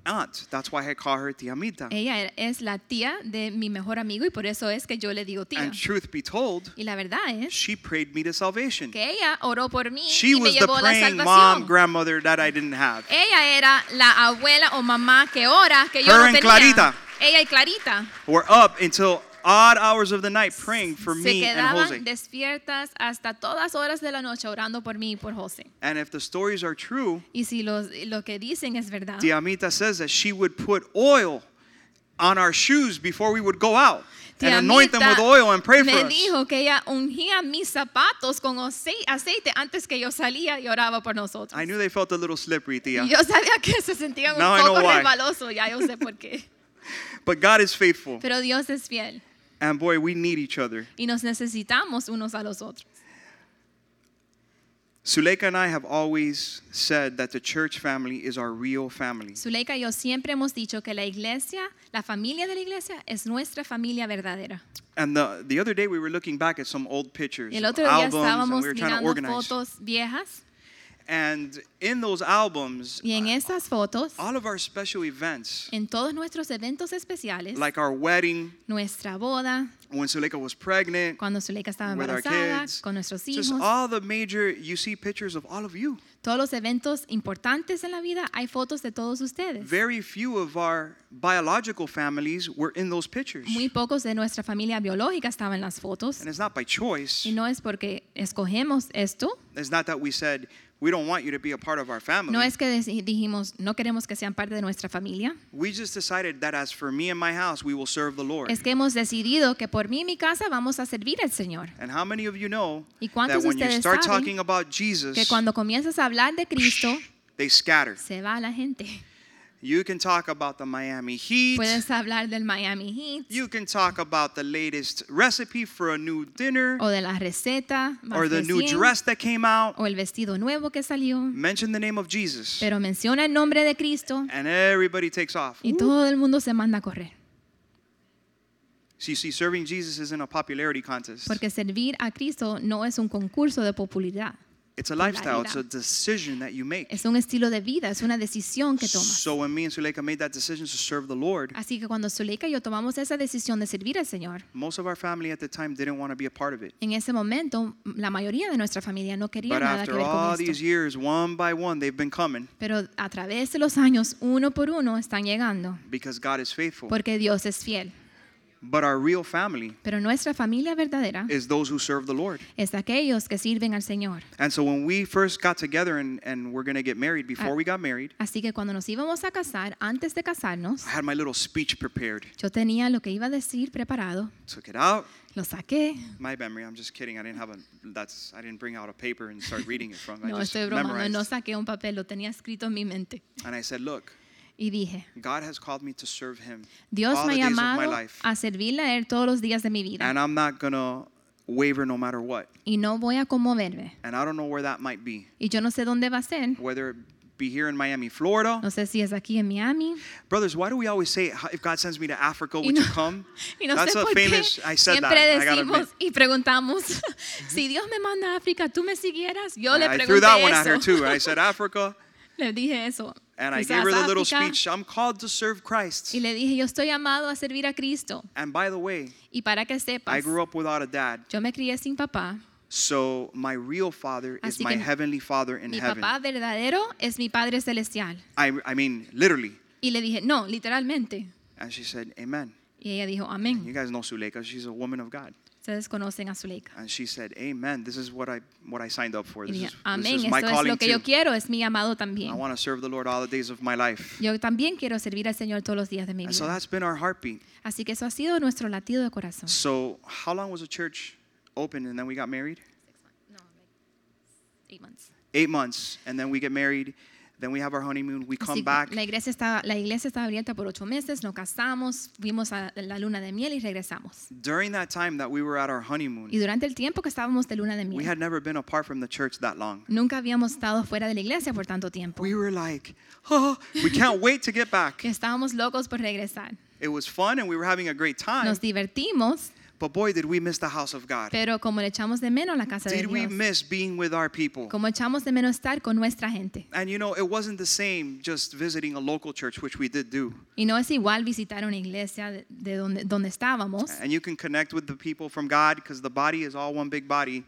[SPEAKER 2] aunt. That's why I call her Tia Mita.
[SPEAKER 3] ella era- es la tía de mi mejor amigo y por eso es que yo le digo tía.
[SPEAKER 2] And truth be told,
[SPEAKER 3] Y la verdad es
[SPEAKER 2] she prayed me to salvation.
[SPEAKER 3] que ella oró por mí
[SPEAKER 2] She
[SPEAKER 3] y me
[SPEAKER 2] was the
[SPEAKER 3] llevó a la
[SPEAKER 2] praying mom,
[SPEAKER 3] salvación.
[SPEAKER 2] grandmother that I didn't have.
[SPEAKER 3] Ella era la abuela o mamá que ora, que yo
[SPEAKER 2] Her
[SPEAKER 3] no
[SPEAKER 2] and
[SPEAKER 3] tenía.
[SPEAKER 2] Clarita.
[SPEAKER 3] Ella y Clarita.
[SPEAKER 2] We're up until odd hours of the night praying for
[SPEAKER 3] se
[SPEAKER 2] me and
[SPEAKER 3] quedaban
[SPEAKER 2] Jose.
[SPEAKER 3] despiertas hasta todas horas de la noche orando por mí y por José.
[SPEAKER 2] And if the stories are true,
[SPEAKER 3] Y si los, lo que dicen es verdad,
[SPEAKER 2] Diamita says that she would put oil on our shoes before we would go out and
[SPEAKER 3] tía
[SPEAKER 2] anoint them
[SPEAKER 3] Mita
[SPEAKER 2] with oil and pray for
[SPEAKER 3] me
[SPEAKER 2] us.
[SPEAKER 3] dijo que ella ungía mis zapatos con ace- aceite antes que yo salía y oraba por nosotros.
[SPEAKER 2] I knew they felt a little slippery,
[SPEAKER 3] Y
[SPEAKER 2] Tia.
[SPEAKER 3] yo sabía que se sentían
[SPEAKER 2] Now I
[SPEAKER 3] un
[SPEAKER 2] know
[SPEAKER 3] poco
[SPEAKER 2] why.
[SPEAKER 3] resbalosos, ya yo sé por qué.
[SPEAKER 2] But God is faithful.
[SPEAKER 3] Pero Dios es fiel
[SPEAKER 2] And boy, we need each other.
[SPEAKER 3] y nos necesitamos unos a los otros.
[SPEAKER 2] Suleika and I have always said that the church family is our real family.
[SPEAKER 3] Zuleika y yo siempre hemos dicho que la iglesia, la familia de la iglesia, es nuestra familia verdadera.
[SPEAKER 2] And the, the other day we were looking back at some old pictures,
[SPEAKER 3] Y el
[SPEAKER 2] some
[SPEAKER 3] otro día
[SPEAKER 2] albums, and
[SPEAKER 3] estábamos
[SPEAKER 2] we were trying to
[SPEAKER 3] mirando
[SPEAKER 2] organize.
[SPEAKER 3] fotos viejas
[SPEAKER 2] And in those albums,
[SPEAKER 3] y en esas fotos,
[SPEAKER 2] all of our special events,
[SPEAKER 3] en todos nuestros eventos especiales,
[SPEAKER 2] like our wedding,
[SPEAKER 3] nuestra boda,
[SPEAKER 2] when Suleika was pregnant,
[SPEAKER 3] cuando Zuleika estaba
[SPEAKER 2] with our
[SPEAKER 3] embarazada,
[SPEAKER 2] kids.
[SPEAKER 3] con nuestros
[SPEAKER 2] Just
[SPEAKER 3] hijos,
[SPEAKER 2] all the major, you see pictures of all of you.
[SPEAKER 3] todos los eventos importantes en la vida, hay fotos de todos ustedes.
[SPEAKER 2] Very few of our biological families were in those pictures.
[SPEAKER 3] Muy pocos de nuestra familia biológica estaban en las fotos
[SPEAKER 2] And it's not by choice.
[SPEAKER 3] y no es porque escogemos esto,
[SPEAKER 2] It's not that we said, we don't want you to be a part of our family.
[SPEAKER 3] no es que deci- dijimos no queremos que sean parte de nuestra familia,
[SPEAKER 2] We just decided that as for me and my house, we will serve the Lord.
[SPEAKER 3] es que hemos decidido que por mí y mi casa vamos a servir al Señor.
[SPEAKER 2] And how many of you know
[SPEAKER 3] ¿Y
[SPEAKER 2] that
[SPEAKER 3] cuántos
[SPEAKER 2] when you
[SPEAKER 3] ustedes
[SPEAKER 2] start
[SPEAKER 3] saben
[SPEAKER 2] talking about Jesus,
[SPEAKER 3] Que cuando comienzas a hablar de Cristo,
[SPEAKER 2] they scatter.
[SPEAKER 3] se va la gente.
[SPEAKER 2] You can talk about the Miami Heat.
[SPEAKER 3] Puedes hablar del Miami Heat
[SPEAKER 2] You can talk about the latest recipe for a new dinner
[SPEAKER 3] o de la receta más
[SPEAKER 2] or the new
[SPEAKER 3] recién,
[SPEAKER 2] dress that came out.
[SPEAKER 3] o el vestido nuevo que salió,
[SPEAKER 2] mention the name of Jesus,
[SPEAKER 3] pero menciona el nombre de Cristo
[SPEAKER 2] and everybody takes off.
[SPEAKER 3] y todo el mundo se manda a correr,
[SPEAKER 2] So you see, serving Jesus isn't a popularity contest.
[SPEAKER 3] porque servir a Cristo no es un concurso de popularidad,
[SPEAKER 2] It's a lifestyle. It's a decision that you make.
[SPEAKER 3] es un estilo de vida, es una decisión que tomas.
[SPEAKER 2] So when me and Suleika made that decision to serve the Lord,
[SPEAKER 3] Así que cuando Zuleika y yo tomamos esa decisión de servir al Señor,
[SPEAKER 2] most of our family at the time didn't want to be a part of it.
[SPEAKER 3] en ese momento mm, la mayoría de nuestra familia no quería
[SPEAKER 2] But
[SPEAKER 3] nada que
[SPEAKER 2] after
[SPEAKER 3] ver
[SPEAKER 2] all
[SPEAKER 3] con
[SPEAKER 2] these
[SPEAKER 3] esto.
[SPEAKER 2] years, one by one, they've been coming
[SPEAKER 3] Pero a través de los años, uno por uno, están llegando,
[SPEAKER 2] because God is faithful.
[SPEAKER 3] porque Dios es fiel.
[SPEAKER 2] But our real family
[SPEAKER 3] Pero nuestra familia verdadera
[SPEAKER 2] is those who serve the Lord.
[SPEAKER 3] es aquellos que sirven al Señor.
[SPEAKER 2] And so when we first got together and, and we're going to get married, before we got married,
[SPEAKER 3] Así que cuando nos íbamos a casar, antes de casarnos,
[SPEAKER 2] I had my little speech prepared.
[SPEAKER 3] yo tenía lo que iba a decir preparado,
[SPEAKER 2] Took it out,
[SPEAKER 3] lo saqué.
[SPEAKER 2] My memory. I'm just kidding. I didn't have a. That's. I didn't bring out a paper and start reading it from. I
[SPEAKER 3] No,
[SPEAKER 2] just
[SPEAKER 3] estoy bromando,
[SPEAKER 2] memorized.
[SPEAKER 3] no saqué un papel, lo tenía escrito en mi mente.
[SPEAKER 2] And I said, "Look,
[SPEAKER 3] Y dije,
[SPEAKER 2] God has called me to serve Him
[SPEAKER 3] Dios
[SPEAKER 2] all
[SPEAKER 3] me
[SPEAKER 2] the
[SPEAKER 3] ha
[SPEAKER 2] days of my
[SPEAKER 3] llamado
[SPEAKER 2] life,
[SPEAKER 3] a servirle a Él todos los días de mi vida.
[SPEAKER 2] and I'm not gonna waver no matter what.
[SPEAKER 3] y no voy a conmoverme.
[SPEAKER 2] And I don't know where that might be,
[SPEAKER 3] Y yo no sé dónde va a ser.
[SPEAKER 2] whether it be here in Miami, Florida.
[SPEAKER 3] No sé si es aquí en Miami.
[SPEAKER 2] Brothers, why do we always say, if God sends me to Africa, would
[SPEAKER 3] no-
[SPEAKER 2] you come?
[SPEAKER 3] Y no
[SPEAKER 2] That's
[SPEAKER 3] sé
[SPEAKER 2] a
[SPEAKER 3] por
[SPEAKER 2] famous,
[SPEAKER 3] qué
[SPEAKER 2] I said that.
[SPEAKER 3] siempre
[SPEAKER 2] I gotta admit.
[SPEAKER 3] decimos y preguntamos, si Dios me manda a África, ¿tú me siguieras? Yo le
[SPEAKER 2] I
[SPEAKER 3] pregunté
[SPEAKER 2] threw that one at her
[SPEAKER 3] eso.
[SPEAKER 2] too. I said, Africa.
[SPEAKER 3] le dije eso.
[SPEAKER 2] And I
[SPEAKER 3] Quizás
[SPEAKER 2] gave her the little
[SPEAKER 3] África.
[SPEAKER 2] speech, I'm called to serve Christ.
[SPEAKER 3] Y le dije, yo estoy llamado a servir a Cristo.
[SPEAKER 2] And by the way,
[SPEAKER 3] Y para que
[SPEAKER 2] I
[SPEAKER 3] sepas,
[SPEAKER 2] grew up without a dad.
[SPEAKER 3] yo me crié sin papá.
[SPEAKER 2] So my real father is
[SPEAKER 3] Así
[SPEAKER 2] my
[SPEAKER 3] que
[SPEAKER 2] heavenly father in
[SPEAKER 3] Mi
[SPEAKER 2] heaven.
[SPEAKER 3] papá verdadero es mi Padre Celestial.
[SPEAKER 2] I, I mean, literally.
[SPEAKER 3] Y le dije, no, literalmente.
[SPEAKER 2] And she said, Amen.
[SPEAKER 3] Y ella dijo,
[SPEAKER 2] You
[SPEAKER 3] amén.
[SPEAKER 2] guys know Suleika. She's a woman of God.
[SPEAKER 3] Ustedes conocen a Zuleika.
[SPEAKER 2] And she said, Amen. This is what I what I signed up for.
[SPEAKER 3] Y
[SPEAKER 2] This
[SPEAKER 3] dije,
[SPEAKER 2] is, this
[SPEAKER 3] amén,
[SPEAKER 2] is my
[SPEAKER 3] esto es
[SPEAKER 2] calling
[SPEAKER 3] lo que yo
[SPEAKER 2] too.
[SPEAKER 3] quiero, es mi llamado también.
[SPEAKER 2] I want to serve the Lord all the days of my life.
[SPEAKER 3] Yo también quiero servir al Señor todos los días de mi
[SPEAKER 2] And so
[SPEAKER 3] vida.
[SPEAKER 2] that's been our heartbeat.
[SPEAKER 3] Así que eso ha sido nuestro latido de corazón.
[SPEAKER 2] So how long was the church open and then we got married? Eight months. And then we get married. Then we have our honeymoon. We
[SPEAKER 3] Así
[SPEAKER 2] come
[SPEAKER 3] que
[SPEAKER 2] back.
[SPEAKER 3] La iglesia, estaba, la iglesia estaba abierta por ocho meses, nos casamos, fuimos a la luna de miel y regresamos.
[SPEAKER 2] During that time that we were at our
[SPEAKER 3] Y
[SPEAKER 2] honeymoon,
[SPEAKER 3] durante el tiempo que estábamos de luna de
[SPEAKER 2] we
[SPEAKER 3] miel,
[SPEAKER 2] had never been apart from the church that long.
[SPEAKER 3] nunca habíamos estado fuera de la iglesia por tanto tiempo.
[SPEAKER 2] We were like, oh, we can't wait to get back.
[SPEAKER 3] Que estábamos locos por regresar.
[SPEAKER 2] It was fun and we were having a great time.
[SPEAKER 3] Nos divertimos,
[SPEAKER 2] But boy, did we miss the house of God.
[SPEAKER 3] pero como le echamos de menos la casa de
[SPEAKER 2] Did we
[SPEAKER 3] Dios,
[SPEAKER 2] miss being with our people?
[SPEAKER 3] como echamos de menos estar con nuestra gente.
[SPEAKER 2] And you know, it wasn't the same just visiting a local church, which we did do.
[SPEAKER 3] Y no es igual visitar una iglesia de, de donde, donde estábamos.
[SPEAKER 2] And you can connect with the people from God because the body is all one big body.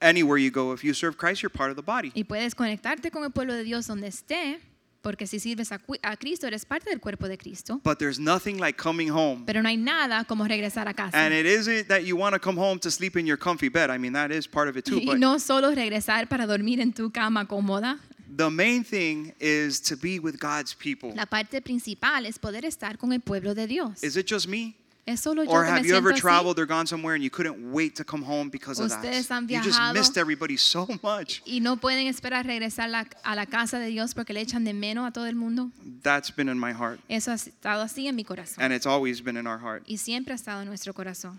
[SPEAKER 2] Anywhere you go, if you serve Christ, you're part of the body.
[SPEAKER 3] Y puedes conectarte con el pueblo de Dios donde esté, porque si sirves a, cu- a Cristo, eres parte del cuerpo de Cristo.
[SPEAKER 2] But there's nothing like coming home.
[SPEAKER 3] Pero no hay nada como regresar a casa.
[SPEAKER 2] And it isn't that you want to come home to sleep in your comfy bed. I mean, that is part of it too.
[SPEAKER 3] y
[SPEAKER 2] But
[SPEAKER 3] no solo regresar para dormir en tu cama cómoda.
[SPEAKER 2] the main thing is to be with God's people.
[SPEAKER 3] La parte principal es poder estar con el pueblo de Dios.
[SPEAKER 2] Is it just me?
[SPEAKER 3] Es solo yo
[SPEAKER 2] Or
[SPEAKER 3] que me
[SPEAKER 2] have you ever
[SPEAKER 3] siento así.
[SPEAKER 2] traveled or gone somewhere and you couldn't wait to come home because of
[SPEAKER 3] Ustedes
[SPEAKER 2] that?
[SPEAKER 3] han
[SPEAKER 2] You just
[SPEAKER 3] viajado.
[SPEAKER 2] missed everybody so much.
[SPEAKER 3] Y no pueden esperar regresar la- a la casa de Dios porque le echan de menos a todo el mundo.
[SPEAKER 2] That's been in my heart.
[SPEAKER 3] Eso ha estado así en mi corazón.
[SPEAKER 2] And it's always been in our heart.
[SPEAKER 3] y siempre ha estado en nuestro corazón.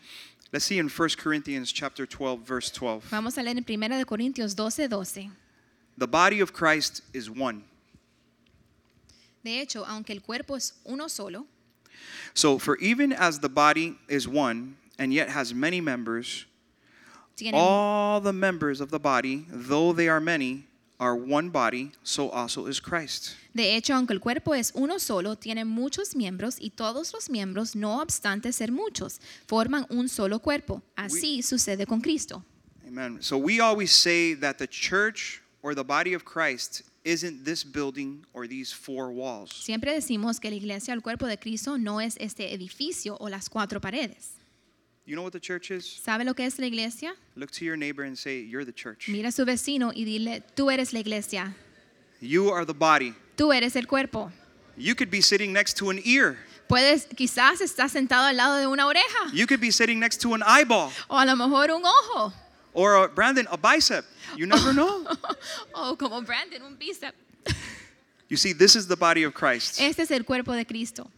[SPEAKER 2] Let's see in 1 Corinthians chapter 12 verse 12.
[SPEAKER 3] Vamos a leer en 1 de Corintios 12:12.
[SPEAKER 2] The body of Christ is one.
[SPEAKER 3] De hecho, aunque el cuerpo es uno solo,
[SPEAKER 2] So for even as the body is one and yet has many members,
[SPEAKER 3] tiene
[SPEAKER 2] all the members of the body, though they are many, are one body, so also is Christ.
[SPEAKER 3] De hecho, aunque el cuerpo es uno solo, tiene muchos miembros y todos los miembros, no obstante ser muchos, forman un solo cuerpo. Así sucede con Cristo.
[SPEAKER 2] Amen. So we always say that the church or the body of Christ isn't this building or these four walls.
[SPEAKER 3] Siempre decimos que la iglesia, el cuerpo de Cristo, no es este edificio o las cuatro paredes.
[SPEAKER 2] You know what the church is?
[SPEAKER 3] ¿Sabe lo que es la iglesia?
[SPEAKER 2] Look to your neighbor and say, You're the church.
[SPEAKER 3] Mira a su vecino y dile, tú eres la iglesia,
[SPEAKER 2] You are the body.
[SPEAKER 3] tú eres el cuerpo.
[SPEAKER 2] You could be sitting next to an ear.
[SPEAKER 3] Puedes, quizás estás sentado al lado de una oreja
[SPEAKER 2] You could be sitting next to an eyeball
[SPEAKER 3] o a lo mejor un ojo
[SPEAKER 2] or a, Brandon, a bicep. You never know.
[SPEAKER 3] o como Brandon, un bíceps.
[SPEAKER 2] You see, this is the body of Christ.
[SPEAKER 3] Este es el cuerpo de Cristo,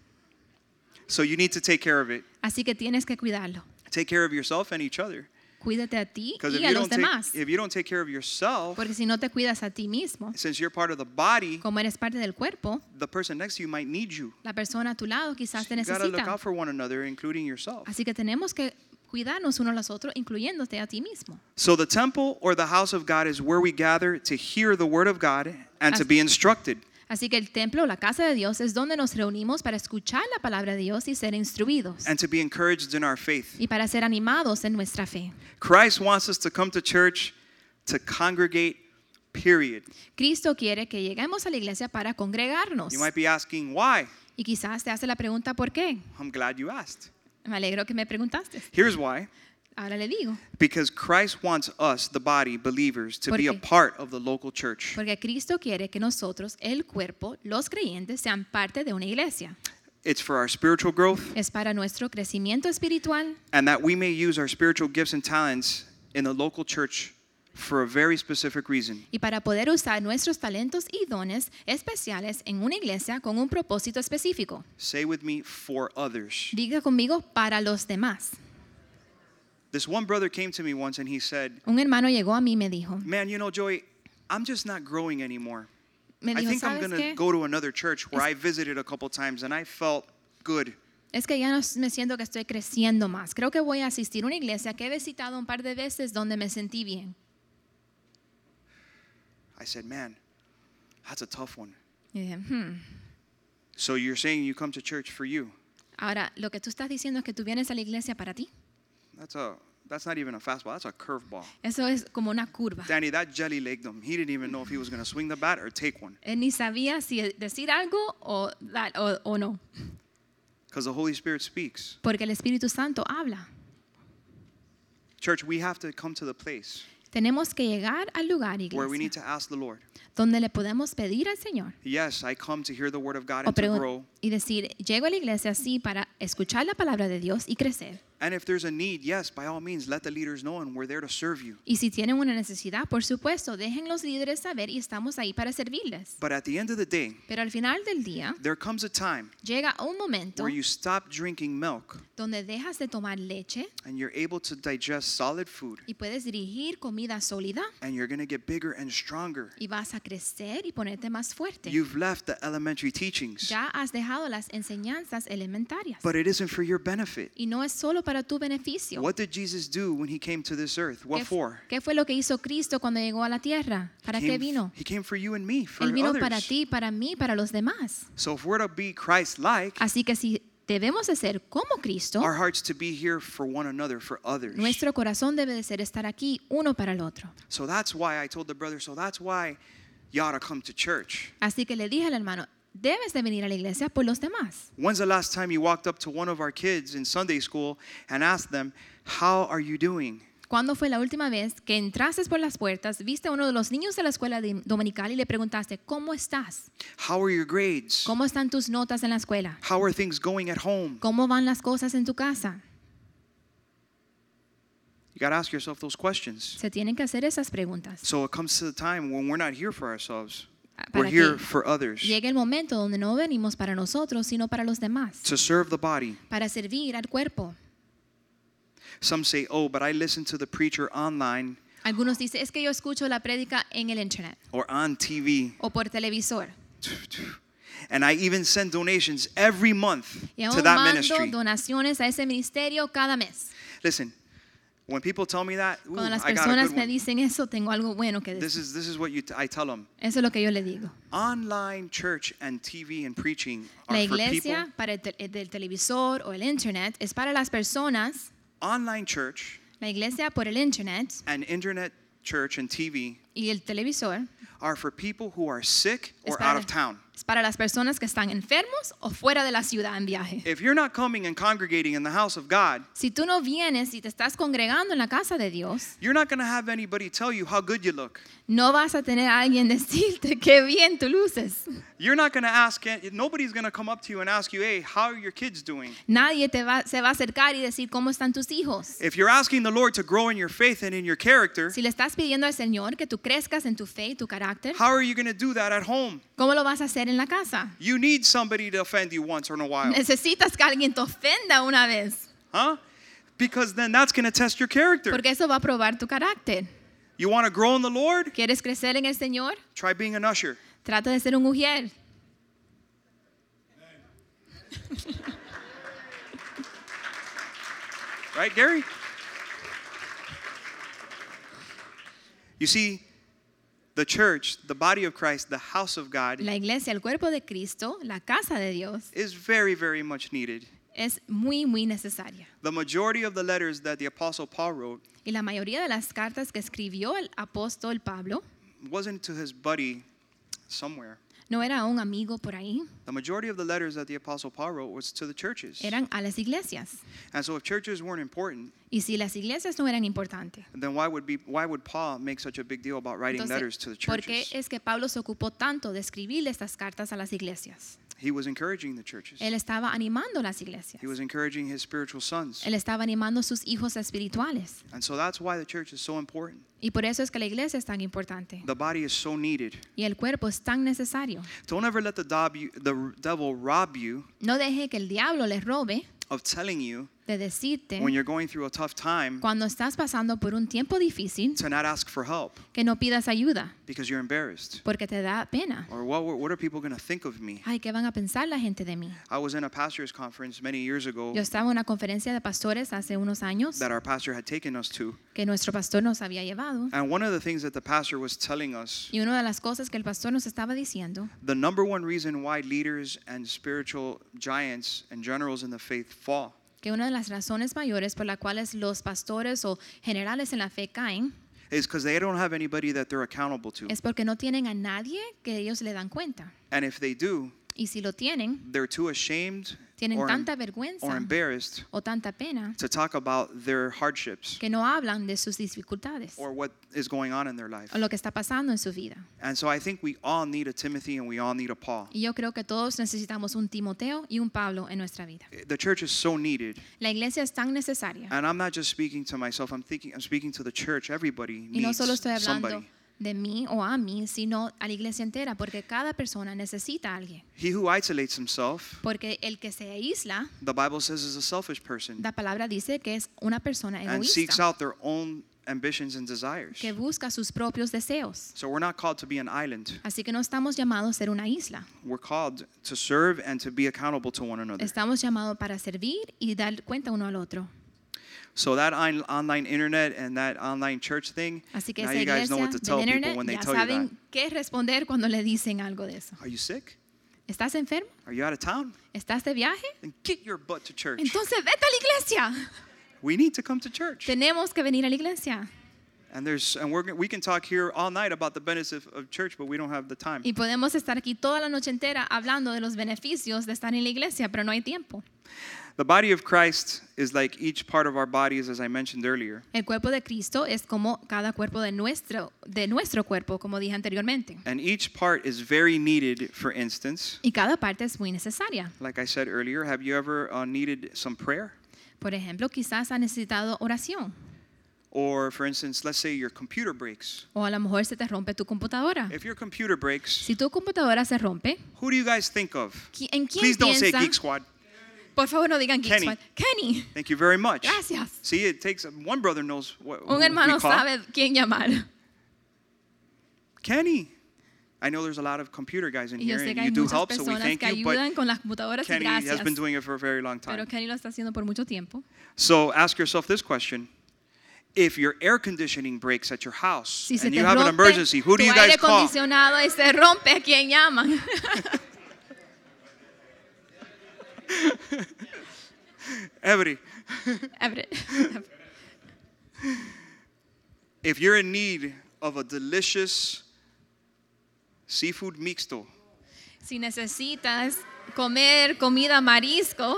[SPEAKER 2] So you need to take care of it.
[SPEAKER 3] así que tienes que cuidarlo.
[SPEAKER 2] Take care of yourself and each other.
[SPEAKER 3] Cuídate a ti
[SPEAKER 2] Because if,
[SPEAKER 3] y
[SPEAKER 2] you
[SPEAKER 3] a
[SPEAKER 2] don't
[SPEAKER 3] los
[SPEAKER 2] take-
[SPEAKER 3] demás.
[SPEAKER 2] if you don't take care of yourself,
[SPEAKER 3] Porque si no te cuidas a ti mismo,
[SPEAKER 2] since you're part of the body,
[SPEAKER 3] como eres parte del cuerpo,
[SPEAKER 2] the person next to you might need you.
[SPEAKER 3] la persona a tu lado quizás te
[SPEAKER 2] you gotta look
[SPEAKER 3] necesita.
[SPEAKER 2] out for one another, including yourself.
[SPEAKER 3] Así que tenemos que cuidarnos unos a los otros, incluyéndote a ti mismo.
[SPEAKER 2] So the temple or the house of God is where we gather to hear the word of God and to be instructed.
[SPEAKER 3] Así que el templo, la casa de Dios, es donde nos reunimos para escuchar la palabra de Dios y ser instruidos
[SPEAKER 2] and to be encouraged in our faith.
[SPEAKER 3] y para ser animados en nuestra fe.
[SPEAKER 2] Christ wants us to come to church to congregate, period.
[SPEAKER 3] Cristo quiere que lleguemos a la iglesia para congregarnos.
[SPEAKER 2] You might be asking why.
[SPEAKER 3] Y quizás te hace la pregunta, ¿por qué?
[SPEAKER 2] I'm glad you asked.
[SPEAKER 3] Me alegro que me preguntaste.
[SPEAKER 2] Here's why.
[SPEAKER 3] Ahora le digo.
[SPEAKER 2] Because Christ wants us, the body, believers, to be a
[SPEAKER 3] Porque-
[SPEAKER 2] part of the local church.
[SPEAKER 3] Porque Cristo quiere que nosotros, el cuerpo, los creyentes, sean parte de una iglesia.
[SPEAKER 2] It's for our spiritual growth
[SPEAKER 3] Es para nuestro crecimiento espiritual
[SPEAKER 2] and that we may use our spiritual gifts and talents in the local church for a very specific reason.
[SPEAKER 3] y para poder usar nuestros talentos y dones especiales en una iglesia con un propósito específico.
[SPEAKER 2] Say with me, for others.
[SPEAKER 3] Diga conmigo, para los demás.
[SPEAKER 2] This one brother came to me once and he said,
[SPEAKER 3] Un hermano llegó a mí y me dijo,
[SPEAKER 2] Man, you know, Joey, I'm just not growing anymore.
[SPEAKER 3] me
[SPEAKER 2] I
[SPEAKER 3] dijo,
[SPEAKER 2] think I'm
[SPEAKER 3] ¿sabes
[SPEAKER 2] going to
[SPEAKER 3] qué?
[SPEAKER 2] go to another church where I visited a couple times and I felt good.
[SPEAKER 3] Es que ya no s- me siento que estoy creciendo más. Creo que voy a asistir a una iglesia que he visitado un par de veces donde me sentí bien.
[SPEAKER 2] I said, Man, that's a tough one.
[SPEAKER 3] Y dije, "Hmm".
[SPEAKER 2] So you're saying you come to church for you?
[SPEAKER 3] Ahora, lo que tú estás diciendo es que tú vienes a la iglesia para ti.
[SPEAKER 2] That's a that's not even a fastball. That's a curveball.
[SPEAKER 3] Eso es como una curva.
[SPEAKER 2] Danny, that jelly legged him. He didn't even know if he was going to swing the bat or take one,
[SPEAKER 3] Él Eh, ni sabía si decir algo o, dar- o- o no,
[SPEAKER 2] because the Holy Spirit speaks.
[SPEAKER 3] porque el Espíritu Santo habla.
[SPEAKER 2] Church, we have to come to the place
[SPEAKER 3] Tenemos que llegar al lugar,
[SPEAKER 2] where we need
[SPEAKER 3] iglesia,
[SPEAKER 2] to ask the Lord.
[SPEAKER 3] donde le podemos pedir al Señor
[SPEAKER 2] Yes, I come to hear the word of God
[SPEAKER 3] o
[SPEAKER 2] and to
[SPEAKER 3] pregun-
[SPEAKER 2] grow.
[SPEAKER 3] y decir, llego a la iglesia así para escuchar la palabra de Dios y crecer.
[SPEAKER 2] And if there's a need, yes, by all means, let the leaders know, and we're there to serve you.
[SPEAKER 3] Y si tienen una necesidad, por supuesto, dejen los líderes saber y estamos ahí para servirles.
[SPEAKER 2] But at the end of the day,
[SPEAKER 3] Pero al final del día,
[SPEAKER 2] there comes a time
[SPEAKER 3] llega un momento
[SPEAKER 2] where you stop drinking milk
[SPEAKER 3] donde dejas de tomar leche
[SPEAKER 2] and you're able to digest solid food,
[SPEAKER 3] y puedes dirigir comida sólida
[SPEAKER 2] and you're going to get bigger and stronger.
[SPEAKER 3] y vas a crecer y ponerte más fuerte.
[SPEAKER 2] You've left the elementary teachings,
[SPEAKER 3] Ya has dejado las enseñanzas elementarias.
[SPEAKER 2] but it isn't for your benefit.
[SPEAKER 3] y no es solo para tu beneficio.
[SPEAKER 2] What did Jesus do when he came to this earth? What
[SPEAKER 3] ¿Qué, fu-
[SPEAKER 2] for?
[SPEAKER 3] qué fue lo que hizo Cristo cuando llegó a la tierra? ¿Para
[SPEAKER 2] Came
[SPEAKER 3] qué
[SPEAKER 2] f-
[SPEAKER 3] vino?
[SPEAKER 2] He came for you and me, for
[SPEAKER 3] Él vino
[SPEAKER 2] others.
[SPEAKER 3] para ti, para mí, para los demás.
[SPEAKER 2] So if we're to be Christ-like,
[SPEAKER 3] Así que si debemos de ser como Cristo,
[SPEAKER 2] our hearts to be here for one another, for others.
[SPEAKER 3] nuestro corazón debe de ser estar aquí uno para el otro.
[SPEAKER 2] So that's why I told the brother, so that's why you ought to come to church.
[SPEAKER 3] Así que le dije al hermano, debes de venir a la iglesia por los demás.
[SPEAKER 2] When's the last time you walked up to one of our kids in Sunday school and asked them, how are you doing?
[SPEAKER 3] ¿Cuándo fue la última vez que entraste por las puertas, viste a uno de los niños de la escuela dim- dominical y le preguntaste, ¿cómo estás?
[SPEAKER 2] How are your grades?
[SPEAKER 3] ¿Cómo están tus notas en la escuela?
[SPEAKER 2] How are things going at home?
[SPEAKER 3] ¿Cómo van las cosas en tu casa?
[SPEAKER 2] You got to ask yourself those questions.
[SPEAKER 3] Se tienen que hacer esas preguntas Ah,
[SPEAKER 2] So it comes to the time when we're not here for ourselves. We're
[SPEAKER 3] para
[SPEAKER 2] here
[SPEAKER 3] que
[SPEAKER 2] for others,
[SPEAKER 3] llegue el momento donde no venimos para nosotros, sino para los demás,
[SPEAKER 2] to serve the body.
[SPEAKER 3] para servir al cuerpo.
[SPEAKER 2] Some say, oh, but I listen to the preacher online
[SPEAKER 3] Algunos dicen, es que yo escucho la prédica en el internet
[SPEAKER 2] or on TV.
[SPEAKER 3] o por televisor.
[SPEAKER 2] And I even send donations every month
[SPEAKER 3] Y
[SPEAKER 2] to
[SPEAKER 3] aún
[SPEAKER 2] that
[SPEAKER 3] mando
[SPEAKER 2] ministry.
[SPEAKER 3] donaciones a ese ministerio cada mes.
[SPEAKER 2] Listen, when people tell me that, ooh,
[SPEAKER 3] Cuando las
[SPEAKER 2] I got a
[SPEAKER 3] personas
[SPEAKER 2] good
[SPEAKER 3] me
[SPEAKER 2] one.
[SPEAKER 3] dicen eso, tengo algo bueno que decir.
[SPEAKER 2] This is this is what you t- I tell them.
[SPEAKER 3] Eso es lo que yo le digo.
[SPEAKER 2] Online church and TV and preaching are
[SPEAKER 3] La
[SPEAKER 2] for people.
[SPEAKER 3] iglesia para el, tel- el del televisor o el internet es para las personas.
[SPEAKER 2] Online church
[SPEAKER 3] La iglesia por el internet
[SPEAKER 2] and internet church and TV
[SPEAKER 3] y el televisor
[SPEAKER 2] are for people who are sick
[SPEAKER 3] es
[SPEAKER 2] or out
[SPEAKER 3] para,
[SPEAKER 2] of town.
[SPEAKER 3] es para las personas que están enfermos o fuera de la ciudad en viaje.
[SPEAKER 2] If you're not coming and congregating in the house of God,
[SPEAKER 3] Si tú no vienes y te estás congregando en la casa de Dios,
[SPEAKER 2] you're not going to have anybody tell you how good you look.
[SPEAKER 3] no vas a tener a alguien decirte qué bien tú luces.
[SPEAKER 2] You're not going to ask it- nobody's going to come up to you and ask you, "Hey, how are your kids doing?"
[SPEAKER 3] Nadie te va, se va a acercar y decir cómo están tus hijos.
[SPEAKER 2] If you're asking the Lord to grow in your faith and in your character,
[SPEAKER 3] Si le estás pidiendo al Señor que tú crezcas en tu fe y tu carácter,
[SPEAKER 2] how are you going to do that at home?
[SPEAKER 3] ¿cómo lo vas a hacer en la casa?
[SPEAKER 2] You need somebody to offend you once in a while.
[SPEAKER 3] Necesitas que alguien te ofenda una vez,
[SPEAKER 2] Huh? Because then that's going to test your character.
[SPEAKER 3] porque eso va a probar tu carácter.
[SPEAKER 2] You want to grow in the Lord?
[SPEAKER 3] ¿Quieres crecer en el Señor?
[SPEAKER 2] Try being an usher.
[SPEAKER 3] Trata de ser un mujer.
[SPEAKER 2] Right, Gary? You see, the church, the body of Christ, the house of God
[SPEAKER 3] La iglesia, el cuerpo de Cristo, la casa de Dios,
[SPEAKER 2] is very, very much needed.
[SPEAKER 3] es muy, muy necesaria.
[SPEAKER 2] The majority of the letters that the Apostle Paul wrote
[SPEAKER 3] Y la mayoría de las cartas que escribió el apóstol Pablo
[SPEAKER 2] wasn't to his buddy somewhere.
[SPEAKER 3] no era un amigo por ahí,
[SPEAKER 2] The majority of the letters that the Apostle Paul wrote was to the churches.
[SPEAKER 3] eran a las iglesias.
[SPEAKER 2] And so if churches weren't important,
[SPEAKER 3] Y si las iglesias no eran importantes,
[SPEAKER 2] then why would be why would Paul make such a big deal about writing letters
[SPEAKER 3] entonces,
[SPEAKER 2] to the
[SPEAKER 3] ¿por qué
[SPEAKER 2] churches?
[SPEAKER 3] es que Pablo se ocupó tanto de escribirle estas cartas a las iglesias?
[SPEAKER 2] He was encouraging the churches.
[SPEAKER 3] Él estaba animando las iglesias.
[SPEAKER 2] He was encouraging his spiritual sons.
[SPEAKER 3] Él estaba animando a sus hijos espirituales.
[SPEAKER 2] And so that's why the church is so important.
[SPEAKER 3] Y por eso es que la iglesia es tan importante.
[SPEAKER 2] The body is so needed.
[SPEAKER 3] Y el cuerpo es tan necesario.
[SPEAKER 2] Don't ever let the, dob- the r- devil rob you
[SPEAKER 3] No deje que el diablo les robe
[SPEAKER 2] of telling you
[SPEAKER 3] de decirte
[SPEAKER 2] when you're going through a tough time
[SPEAKER 3] cuando estás pasando por un tiempo difícil
[SPEAKER 2] to not ask for help
[SPEAKER 3] que no pidas ayuda
[SPEAKER 2] because you're embarrassed.
[SPEAKER 3] porque te da pena.
[SPEAKER 2] Or what, what are people going to think of me?
[SPEAKER 3] Ay, ¿qué van a pensar la gente de mí?
[SPEAKER 2] I was in a pastor's conference many years ago
[SPEAKER 3] Yo estaba en una conferencia de pastores hace unos años
[SPEAKER 2] that our pastor had taken us to.
[SPEAKER 3] que nuestro pastor nos había llevado
[SPEAKER 2] And one of the things that the pastor was telling us
[SPEAKER 3] y una de las cosas que el pastor nos estaba diciendo
[SPEAKER 2] the number one reason why leaders and spiritual giants and generals in the faith fall
[SPEAKER 3] que una de las razones mayores por las cuales los pastores o generales en la fe caen
[SPEAKER 2] is because they don't have anybody that they're accountable to.
[SPEAKER 3] es porque no tienen a nadie que ellos le dan cuenta.
[SPEAKER 2] And if they do,
[SPEAKER 3] Y si lo tienen,
[SPEAKER 2] they're too ashamed
[SPEAKER 3] tienen
[SPEAKER 2] or,
[SPEAKER 3] tanta vergüenza
[SPEAKER 2] or embarrassed
[SPEAKER 3] o tanta pena
[SPEAKER 2] to talk about their hardships
[SPEAKER 3] que no hablan de sus dificultades
[SPEAKER 2] or what is going on in their life.
[SPEAKER 3] o lo que está pasando en su vida.
[SPEAKER 2] And so I think we all need a Timothy and we all need a Paul.
[SPEAKER 3] Y yo creo que todos necesitamos un Timoteo y un Pablo en nuestra vida.
[SPEAKER 2] The church is so needed.
[SPEAKER 3] La iglesia es tan necesaria.
[SPEAKER 2] And I'm not just speaking to myself, I'm thinking I'm speaking to the church. Everybody
[SPEAKER 3] Y no
[SPEAKER 2] needs
[SPEAKER 3] solo estoy hablando
[SPEAKER 2] somebody.
[SPEAKER 3] de mí o a mí, sino a la iglesia entera, porque cada persona necesita a alguien.
[SPEAKER 2] He who isolates himself,
[SPEAKER 3] Porque el que se aísla,
[SPEAKER 2] the Bible says is a selfish person.
[SPEAKER 3] la palabra dice que es una persona
[SPEAKER 2] and seeks
[SPEAKER 3] egoísta
[SPEAKER 2] out their own ambitions and desires.
[SPEAKER 3] que busca sus propios deseos.
[SPEAKER 2] So we're not called to be an island.
[SPEAKER 3] Así que no estamos llamados a ser una isla.
[SPEAKER 2] We're called to serve and to be accountable to one another.
[SPEAKER 3] Estamos llamados para servir y dar cuenta uno al otro.
[SPEAKER 2] So that on- online internet and that online church thing,
[SPEAKER 3] Así que
[SPEAKER 2] now
[SPEAKER 3] esa
[SPEAKER 2] you guys know
[SPEAKER 3] iglesia
[SPEAKER 2] what to tell
[SPEAKER 3] del
[SPEAKER 2] people
[SPEAKER 3] internet
[SPEAKER 2] when they
[SPEAKER 3] ya
[SPEAKER 2] tell you that.
[SPEAKER 3] saben qué responder cuando le dicen algo de eso.
[SPEAKER 2] Are you sick?
[SPEAKER 3] ¿Estás enfermo?
[SPEAKER 2] Are you out of town?
[SPEAKER 3] ¿Estás de viaje?
[SPEAKER 2] Then get your butt to church.
[SPEAKER 3] Entonces vete a la iglesia.
[SPEAKER 2] we need to come to church.
[SPEAKER 3] Tenemos que venir a la iglesia.
[SPEAKER 2] And there's and we're g- we can talk here all night about the benefits of, of church, but we don't have the time.
[SPEAKER 3] Y podemos estar aquí toda la noche entera hablando de los beneficios de estar en la iglesia, pero no hay tiempo.
[SPEAKER 2] The body of Christ is like each part of our bodies, as I mentioned earlier.
[SPEAKER 3] El cuerpo de Cristo es como cada cuerpo de nuestro, de nuestro cuerpo, como dije anteriormente.
[SPEAKER 2] And each part is very needed, for instance.
[SPEAKER 3] Y cada parte es muy necesaria.
[SPEAKER 2] Like I said earlier, have you ever uh, needed some prayer?
[SPEAKER 3] Por ejemplo, quizás ha necesitado oración.
[SPEAKER 2] Or, for instance, let's say your computer breaks.
[SPEAKER 3] O a lo mejor se te rompe tu computadora.
[SPEAKER 2] If your computer breaks,
[SPEAKER 3] Si tu computadora se rompe,
[SPEAKER 2] who do you guys think of?
[SPEAKER 3] ¿qui- ¿en quién
[SPEAKER 2] Please don't say
[SPEAKER 3] piensa?
[SPEAKER 2] Geek Squad.
[SPEAKER 3] Por favor, no digan Geek
[SPEAKER 2] Kenny.
[SPEAKER 3] Squad. Kenny.
[SPEAKER 2] Thank you very much.
[SPEAKER 3] Gracias.
[SPEAKER 2] See, it takes uh, one brother knows what who
[SPEAKER 3] Un
[SPEAKER 2] we
[SPEAKER 3] hermano
[SPEAKER 2] call.
[SPEAKER 3] sabe quién llamar.
[SPEAKER 2] Kenny. I know there's a lot of computer guys in
[SPEAKER 3] Y yo
[SPEAKER 2] here,
[SPEAKER 3] sé
[SPEAKER 2] and
[SPEAKER 3] que
[SPEAKER 2] you
[SPEAKER 3] hay
[SPEAKER 2] do
[SPEAKER 3] muchas
[SPEAKER 2] help, so we
[SPEAKER 3] personas
[SPEAKER 2] thank
[SPEAKER 3] que
[SPEAKER 2] you. But
[SPEAKER 3] ayudan con las computadoras y
[SPEAKER 2] Kenny has
[SPEAKER 3] gracias.
[SPEAKER 2] been doing it for a very long
[SPEAKER 3] Pero
[SPEAKER 2] time.
[SPEAKER 3] Kenny lo está haciendo por mucho tiempo.
[SPEAKER 2] So ask yourself this question: If your air conditioning breaks at your house
[SPEAKER 3] Si se
[SPEAKER 2] and
[SPEAKER 3] te
[SPEAKER 2] you have an
[SPEAKER 3] rompe
[SPEAKER 2] emergency, who do
[SPEAKER 3] tu
[SPEAKER 2] you
[SPEAKER 3] aire
[SPEAKER 2] guys call?
[SPEAKER 3] acondicionado y se rompe, ¿a quién llaman?
[SPEAKER 2] Everybody.
[SPEAKER 3] Abre.
[SPEAKER 2] If you're in need of a delicious seafood mixto,
[SPEAKER 3] si necesitas comer comida marisco,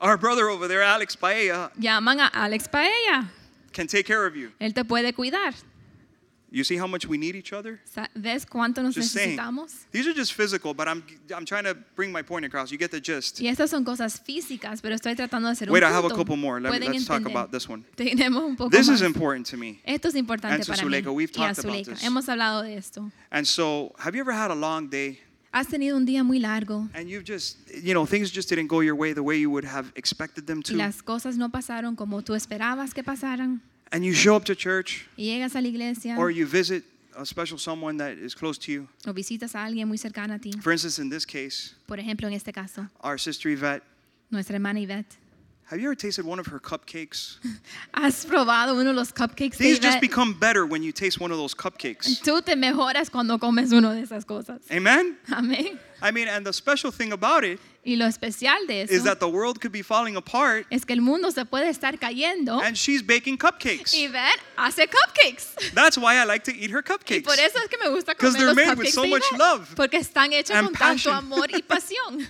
[SPEAKER 2] our brother over there, Alex Paella,
[SPEAKER 3] llaman a Alex Paella.
[SPEAKER 2] can take care of you.
[SPEAKER 3] Él te puede cuidar.
[SPEAKER 2] You see how much we need each other?
[SPEAKER 3] Sa- ¿Ves cuánto nos
[SPEAKER 2] Just saying.
[SPEAKER 3] necesitamos?
[SPEAKER 2] These are just physical, but I'm, I'm trying to bring my point across. You get the gist.
[SPEAKER 3] Y estas son cosas físicas, pero estoy tratando de hacer
[SPEAKER 2] Wait, I
[SPEAKER 3] un
[SPEAKER 2] have a
[SPEAKER 3] punto.
[SPEAKER 2] couple more. Let me,
[SPEAKER 3] Pueden
[SPEAKER 2] let's talk
[SPEAKER 3] entender.
[SPEAKER 2] about this one.
[SPEAKER 3] Tenemos un poco
[SPEAKER 2] This
[SPEAKER 3] más.
[SPEAKER 2] is important to me.
[SPEAKER 3] Esto es importante
[SPEAKER 2] And to
[SPEAKER 3] para
[SPEAKER 2] Zuleika,
[SPEAKER 3] mí
[SPEAKER 2] we've
[SPEAKER 3] y a
[SPEAKER 2] talked about
[SPEAKER 3] Zuleika.
[SPEAKER 2] this.
[SPEAKER 3] Hemos hablado de esto.
[SPEAKER 2] And so, have you ever had a long day
[SPEAKER 3] Has tenido un día muy largo
[SPEAKER 2] and you've just, you know, things just didn't go your way the way you would have expected them
[SPEAKER 3] y
[SPEAKER 2] to?
[SPEAKER 3] las cosas no pasaron como tú esperabas que pasaran.
[SPEAKER 2] And you show up to church
[SPEAKER 3] Y llegas a la iglesia
[SPEAKER 2] or you visit a special someone that is close to you.
[SPEAKER 3] o visitas a alguien muy cercano a ti.
[SPEAKER 2] For instance, in this case,
[SPEAKER 3] Por ejemplo, en este caso,
[SPEAKER 2] our sister Yvette.
[SPEAKER 3] nuestra hermana Yvette.
[SPEAKER 2] Have you ever tasted one of her cupcakes?
[SPEAKER 3] Has probado uno de los cupcakes de
[SPEAKER 2] These just
[SPEAKER 3] Yvette?
[SPEAKER 2] become better when you taste one of those cupcakes.
[SPEAKER 3] Tú te mejoras cuando comes uno de esas cosas.
[SPEAKER 2] Amen?
[SPEAKER 3] Amén.
[SPEAKER 2] I mean, and the special thing about it
[SPEAKER 3] Y lo especial de
[SPEAKER 2] is
[SPEAKER 3] eso
[SPEAKER 2] that the world could be falling apart
[SPEAKER 3] es que el mundo se puede estar cayendo
[SPEAKER 2] and she's baking
[SPEAKER 3] y
[SPEAKER 2] cupcakes.
[SPEAKER 3] ver hace cupcakes.
[SPEAKER 2] That's why I like to eat her
[SPEAKER 3] Y por
[SPEAKER 2] cupcakes.
[SPEAKER 3] eso es que me gusta
[SPEAKER 2] 'Cause
[SPEAKER 3] comer
[SPEAKER 2] they're
[SPEAKER 3] los
[SPEAKER 2] made with
[SPEAKER 3] cupcakes
[SPEAKER 2] so
[SPEAKER 3] de
[SPEAKER 2] much
[SPEAKER 3] Yvette,
[SPEAKER 2] love
[SPEAKER 3] porque están hechos
[SPEAKER 2] and
[SPEAKER 3] con
[SPEAKER 2] passion.
[SPEAKER 3] tanto amor y pasión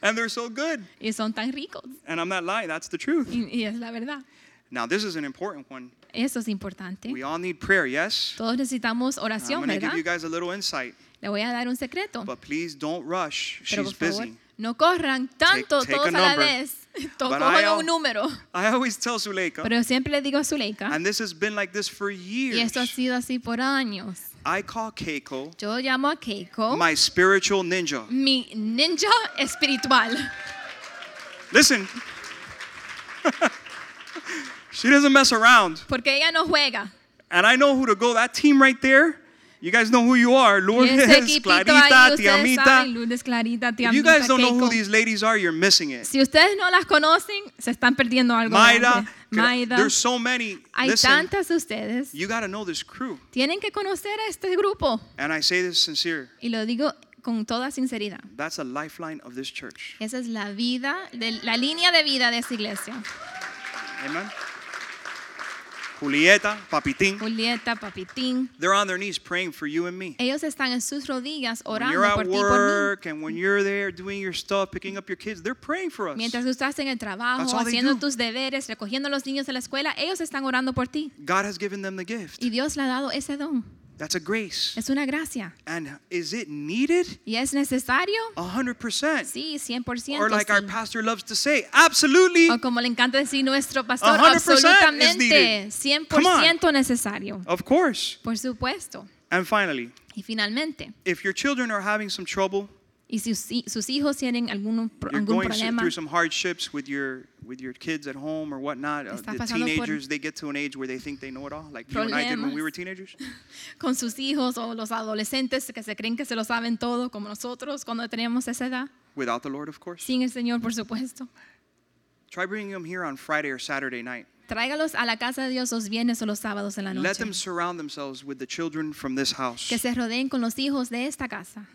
[SPEAKER 2] And they're so good.
[SPEAKER 3] y son tan ricos
[SPEAKER 2] And I'm not lying, that's the truth.
[SPEAKER 3] y, y es la verdad.
[SPEAKER 2] Now, this is an important one.
[SPEAKER 3] Eso es importante.
[SPEAKER 2] We all need prayer, yes?
[SPEAKER 3] Todos necesitamos
[SPEAKER 2] I'm
[SPEAKER 3] oración,
[SPEAKER 2] going to
[SPEAKER 3] ¿verdad?
[SPEAKER 2] give you guys a little insight,
[SPEAKER 3] Le voy a dar un secreto,
[SPEAKER 2] but please don't rush.
[SPEAKER 3] pero
[SPEAKER 2] She's
[SPEAKER 3] por favor,
[SPEAKER 2] busy.
[SPEAKER 3] no corran tanto
[SPEAKER 2] take a
[SPEAKER 3] todos a la
[SPEAKER 2] number.
[SPEAKER 3] vez. To-
[SPEAKER 2] But
[SPEAKER 3] cojan
[SPEAKER 2] I'll-
[SPEAKER 3] un número.
[SPEAKER 2] I always tell Zuleika,
[SPEAKER 3] Pero siempre le digo a Zuleika,
[SPEAKER 2] and this has been like this for
[SPEAKER 3] y esto ha
[SPEAKER 2] years.
[SPEAKER 3] sido así por años.
[SPEAKER 2] I call Keiko
[SPEAKER 3] Yo llamo a Keiko
[SPEAKER 2] my spiritual ninja.
[SPEAKER 3] mi ninja espiritual.
[SPEAKER 2] Listen, She doesn't mess around.
[SPEAKER 3] Porque ella no juega.
[SPEAKER 2] And I know who to go. That team right there, you guys know who you are.
[SPEAKER 3] Y ese
[SPEAKER 2] Lourdes,
[SPEAKER 3] equipito
[SPEAKER 2] Clarita,
[SPEAKER 3] ahí, ustedes saben,
[SPEAKER 2] Tiamita.
[SPEAKER 3] Lourdes, Clarita,
[SPEAKER 2] If
[SPEAKER 3] Tiamita,
[SPEAKER 2] you guys don't know who
[SPEAKER 3] Keiko.
[SPEAKER 2] these ladies are, you're missing it.
[SPEAKER 3] Si ustedes no las conocen, se están perdiendo algo.
[SPEAKER 2] Mayra,
[SPEAKER 3] grande.
[SPEAKER 2] Kira-
[SPEAKER 3] Maida.
[SPEAKER 2] there's so many.
[SPEAKER 3] Hay
[SPEAKER 2] Listen,
[SPEAKER 3] tantas de ustedes.
[SPEAKER 2] you got to know this crew.
[SPEAKER 3] Tienen que conocer a este grupo.
[SPEAKER 2] And I say this sincere.
[SPEAKER 3] Y lo digo con toda sinceridad.
[SPEAKER 2] That's a lifeline of this church.
[SPEAKER 3] Esa es la vida, de- la línea de vida de esta iglesia.
[SPEAKER 2] Amen. Julieta, Papitín,
[SPEAKER 3] Julieta, Papitín.
[SPEAKER 2] they're on their knees praying for you and me.
[SPEAKER 3] Ellos están en sus rodillas
[SPEAKER 2] When you're
[SPEAKER 3] orando por
[SPEAKER 2] at
[SPEAKER 3] ti y por
[SPEAKER 2] work and when you're there doing your stuff, picking up your kids, they're praying for
[SPEAKER 3] mí.
[SPEAKER 2] us.
[SPEAKER 3] Mientras tú estás en el
[SPEAKER 2] That's
[SPEAKER 3] trabajo,
[SPEAKER 2] all they
[SPEAKER 3] haciendo
[SPEAKER 2] do.
[SPEAKER 3] tus deberes, recogiendo a los niños de la escuela, ellos están orando por ti.
[SPEAKER 2] God has given them the gift.
[SPEAKER 3] Y Dios le ha dado ese don.
[SPEAKER 2] That's a grace.
[SPEAKER 3] Es una gracia.
[SPEAKER 2] And is it needed?
[SPEAKER 3] ¿Y es necesario?
[SPEAKER 2] A 100%.
[SPEAKER 3] Sí, 100%.
[SPEAKER 2] Or like our
[SPEAKER 3] sí.
[SPEAKER 2] pastor loves to say, absolutely.
[SPEAKER 3] O como le encanta decir nuestro pastor,
[SPEAKER 2] 100% is
[SPEAKER 3] absolutamente
[SPEAKER 2] needed.
[SPEAKER 3] 100% necesario.
[SPEAKER 2] Of course.
[SPEAKER 3] Por supuesto.
[SPEAKER 2] And finally,
[SPEAKER 3] Y finalmente,
[SPEAKER 2] if your children are having some trouble,
[SPEAKER 3] y si sus, hi- sus hijos tienen algún, pro-
[SPEAKER 2] you're
[SPEAKER 3] algún
[SPEAKER 2] going s-
[SPEAKER 3] problema,
[SPEAKER 2] through some hardships with your with your kids at home or whatnot. Uh,
[SPEAKER 3] Está
[SPEAKER 2] the
[SPEAKER 3] pasando por-
[SPEAKER 2] teenagers they get to an age where they think they know it all, like you and I did when we
[SPEAKER 3] Problemas.
[SPEAKER 2] were teenagers.
[SPEAKER 3] con sus hijos o los adolescentes que se creen que se lo saben todo, como nosotros cuando teníamos esa edad,
[SPEAKER 2] Without the Lord, of course.
[SPEAKER 3] sin el Señor, por supuesto.
[SPEAKER 2] Try bringing them here on Friday or Saturday night.
[SPEAKER 3] Tráigalos a la casa de Dios los viernes o los sábados en la
[SPEAKER 2] Let them
[SPEAKER 3] noche.
[SPEAKER 2] surround themselves with the children from this house.
[SPEAKER 3] Que se rodeen con los hijos de esta casa.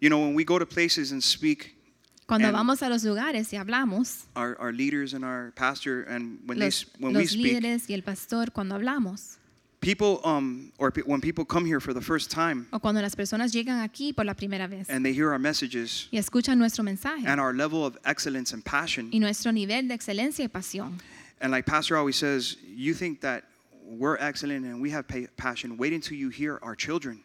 [SPEAKER 2] You know, when we go to places and speak,
[SPEAKER 3] Cuando
[SPEAKER 2] And-
[SPEAKER 3] vamos a los lugares y hablamos,
[SPEAKER 2] our, our leaders and our pastor, and when they
[SPEAKER 3] los,
[SPEAKER 2] s- when we
[SPEAKER 3] los
[SPEAKER 2] speak,
[SPEAKER 3] líderes y el pastor, cuando hablamos,
[SPEAKER 2] people um or pe- when people come here for the first time
[SPEAKER 3] o cuando las personas llegan aquí por la primera vez
[SPEAKER 2] and they hear our messages
[SPEAKER 3] y escuchan nuestro mensaje
[SPEAKER 2] and our level of excellence and passion,
[SPEAKER 3] y nuestro nivel de excelencia y pasión.
[SPEAKER 2] And like Pastor always says, you think that we're excellent and we have pa- passion. Wait until you hear our children.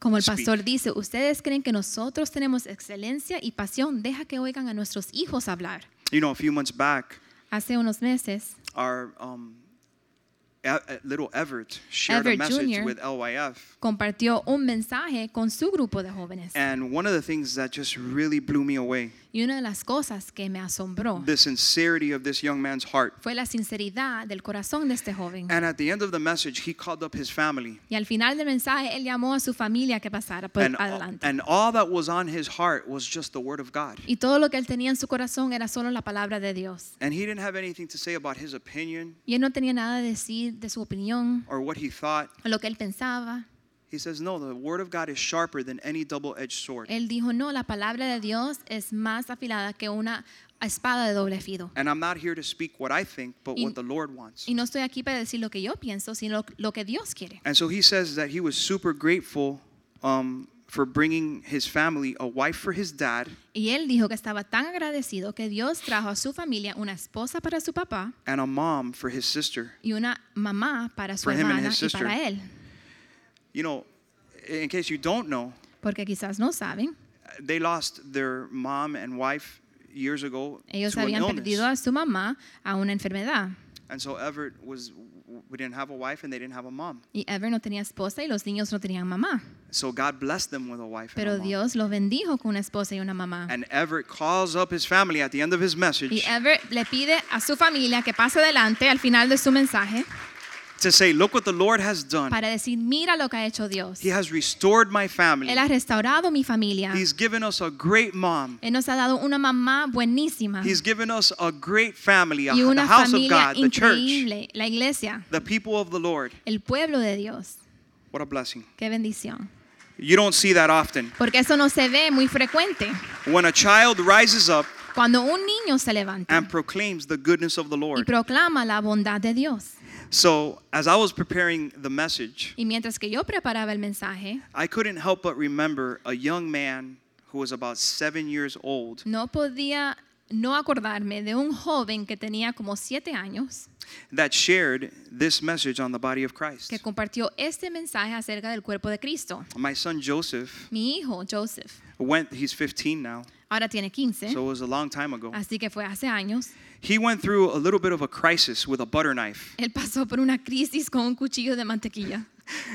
[SPEAKER 3] Como el
[SPEAKER 2] Speak.
[SPEAKER 3] pastor dice, ustedes creen que nosotros tenemos excelencia y pasión, deja que oigan a nuestros hijos hablar.
[SPEAKER 2] You know, a few months back,
[SPEAKER 3] Hace unos meses,
[SPEAKER 2] our um, E- E- little Everett shared a
[SPEAKER 3] Everett
[SPEAKER 2] message
[SPEAKER 3] Jr..
[SPEAKER 2] with LYF.
[SPEAKER 3] compartió un mensaje con su grupo de jóvenes
[SPEAKER 2] And one of the things that just really blew me away
[SPEAKER 3] y una de las cosas que me asombró
[SPEAKER 2] the sincerity of this young man's heart.
[SPEAKER 3] fue la sinceridad del corazón de este joven.
[SPEAKER 2] And at the end of the message, he called up his family.
[SPEAKER 3] Y al final del mensaje, él llamó a su familia que pasara por
[SPEAKER 2] and,
[SPEAKER 3] adelante.
[SPEAKER 2] and all that was on his heart was just the word of God.
[SPEAKER 3] y todo lo que él tenía en su corazón era solo la palabra de Dios.
[SPEAKER 2] And he didn't have anything to say about his opinion
[SPEAKER 3] Y él no tenía nada de decir de su opinión
[SPEAKER 2] or what he thought.
[SPEAKER 3] o lo que él pensaba.
[SPEAKER 2] He says, No, the word of God is sharper than any double edged sword.
[SPEAKER 3] Él dijo, no, la palabra de Dios es más afilada que una espada de doble filo.
[SPEAKER 2] And I'm not here to speak what I think, but
[SPEAKER 3] Y-
[SPEAKER 2] what the Lord wants.
[SPEAKER 3] Y no estoy aquí para decir lo que yo pienso, sino lo, lo que Dios quiere.
[SPEAKER 2] And so he says that he was super grateful um, for bringing his family a wife for his dad
[SPEAKER 3] Y él dijo que estaba tan agradecido que Dios trajo a su familia una esposa para su papá
[SPEAKER 2] and a mom for his sister.
[SPEAKER 3] y una mamá para su
[SPEAKER 2] For him and
[SPEAKER 3] hermana
[SPEAKER 2] his
[SPEAKER 3] y
[SPEAKER 2] sister.
[SPEAKER 3] para él.
[SPEAKER 2] You know, in case you don't know,
[SPEAKER 3] Porque quizás no saben,
[SPEAKER 2] they lost their mom and wife years ago
[SPEAKER 3] ellos
[SPEAKER 2] to an
[SPEAKER 3] habían
[SPEAKER 2] illness.
[SPEAKER 3] perdido a su mamá a una enfermedad.
[SPEAKER 2] And so Everett was, we didn't have a wife and they didn't have a mom.
[SPEAKER 3] Y Ever no tenía esposa y los niños no tenían mamá.
[SPEAKER 2] So God blessed them with a wife and
[SPEAKER 3] Pero
[SPEAKER 2] a mom.
[SPEAKER 3] Dios los bendijo con una esposa y una mamá.
[SPEAKER 2] And Everett calls up his family at the end of his message.
[SPEAKER 3] Y Everett le pide a su familia que pase adelante al final de su mensaje
[SPEAKER 2] to say, look what the Lord has done.
[SPEAKER 3] para decir, mira lo que ha hecho Dios.
[SPEAKER 2] He has restored my family.
[SPEAKER 3] Él ha restaurado mi familia.
[SPEAKER 2] He's given us a great mom.
[SPEAKER 3] Él nos ha dado una mamá buenísima
[SPEAKER 2] He's given us a great family, a,
[SPEAKER 3] y
[SPEAKER 2] the
[SPEAKER 3] una
[SPEAKER 2] house of
[SPEAKER 3] familia
[SPEAKER 2] God, the church,
[SPEAKER 3] increíble, la iglesia,
[SPEAKER 2] the people of the Lord.
[SPEAKER 3] el pueblo de Dios.
[SPEAKER 2] What a blessing.
[SPEAKER 3] Qué bendición.
[SPEAKER 2] You don't see that often.
[SPEAKER 3] Porque eso no se ve muy frecuente.
[SPEAKER 2] When a child rises up
[SPEAKER 3] Cuando un niño se levanta
[SPEAKER 2] and proclaims the goodness of the
[SPEAKER 3] y
[SPEAKER 2] Lord.
[SPEAKER 3] proclama la bondad de Dios.
[SPEAKER 2] So, as I was preparing the message,
[SPEAKER 3] Y mientras que yo preparaba el mensaje,
[SPEAKER 2] I couldn't help but remember a young man who was about seven years old.
[SPEAKER 3] no podía no acordarme de un joven que tenía como siete años
[SPEAKER 2] that shared this message on the body of Christ.
[SPEAKER 3] que compartió este mensaje acerca del cuerpo de Cristo.
[SPEAKER 2] My son Joseph
[SPEAKER 3] Mi hijo, Joseph,
[SPEAKER 2] went, he's 15 now,
[SPEAKER 3] ahora tiene 15,
[SPEAKER 2] so it was a long time ago.
[SPEAKER 3] así que fue hace años.
[SPEAKER 2] He went through a little bit of a crisis with a butter knife,
[SPEAKER 3] Él pasó por una crisis con un cuchillo de mantequilla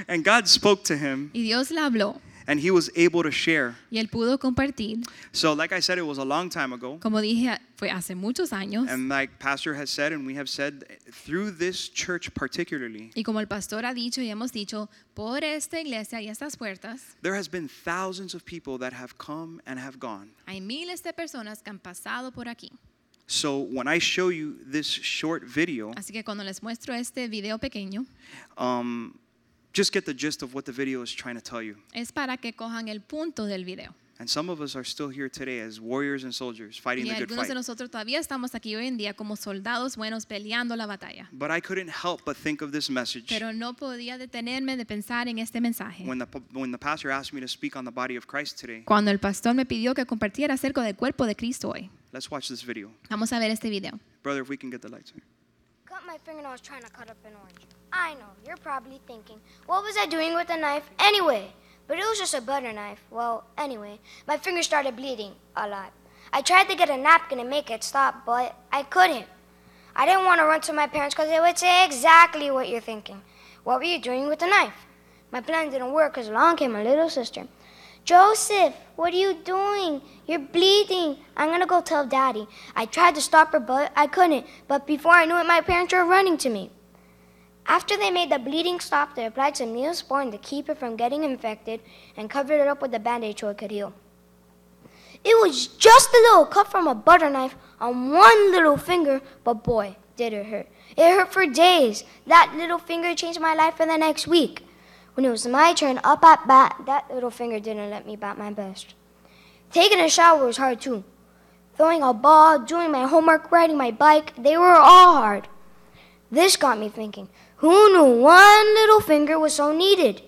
[SPEAKER 2] and God spoke to him
[SPEAKER 3] y Dios le habló
[SPEAKER 2] and he was able to share.
[SPEAKER 3] Y él pudo compartir,
[SPEAKER 2] So, like I said, it was a long time ago.
[SPEAKER 3] como dije, fue hace muchos años.
[SPEAKER 2] And like Pastor has said, and we have said, through this church particularly,
[SPEAKER 3] Y como el pastor ha dicho y hemos dicho, por esta iglesia y estas puertas
[SPEAKER 2] there has been thousands of people that have come and have gone.
[SPEAKER 3] hay miles de personas que han pasado por aquí.
[SPEAKER 2] So when I show you this short video,
[SPEAKER 3] Así que cuando les muestro este video pequeño,
[SPEAKER 2] um, just get the gist of what the video is trying to tell you.
[SPEAKER 3] es para que cojan el punto del video.
[SPEAKER 2] And some of us are still here today as warriors and soldiers fighting
[SPEAKER 3] Y
[SPEAKER 2] the good
[SPEAKER 3] algunos de
[SPEAKER 2] fight.
[SPEAKER 3] nosotros todavía estamos aquí hoy en día como soldados buenos peleando la batalla.
[SPEAKER 2] But I couldn't help but think of this message
[SPEAKER 3] Pero eh, no podía detenerme de pensar en este mensaje.
[SPEAKER 2] when the, when the pastor asked me to speak on the body of Christ today.
[SPEAKER 3] Cuando el pastor me pidió que compartiera acerca del cuerpo de Cristo hoy.
[SPEAKER 2] Let's watch this video.
[SPEAKER 3] Vamos a ver este video.
[SPEAKER 2] Brother, if we can get the lights.
[SPEAKER 5] Cut my fingernails trying to cut up an orange. I know, you're probably thinking, what was I doing with a knife anyway? But it was just a butter knife. Well, anyway, my finger started bleeding a lot. I tried to get a napkin to make it stop, but I couldn't. I didn't want to run to my parents because they would say exactly what you're thinking. What were you doing with the knife? My plan didn't work because along came my little sister. Joseph, what are you doing? You're bleeding. I'm going to go tell daddy. I tried to stop her, but I couldn't. But before I knew it, my parents were running to me. After they made the bleeding stop, they applied some Neosporin to keep it from getting infected and covered it up with a bandage so it could heal. It was just a little cut from a butter knife on one little finger, but boy, did it hurt. It hurt for days. That little finger changed my life for the next week. When it was my turn up at bat, that little finger didn't let me bat my best. Taking a shower was hard too. Throwing a ball, doing my homework, riding my bike, they were all hard. This got me thinking who knew one little finger was so needed?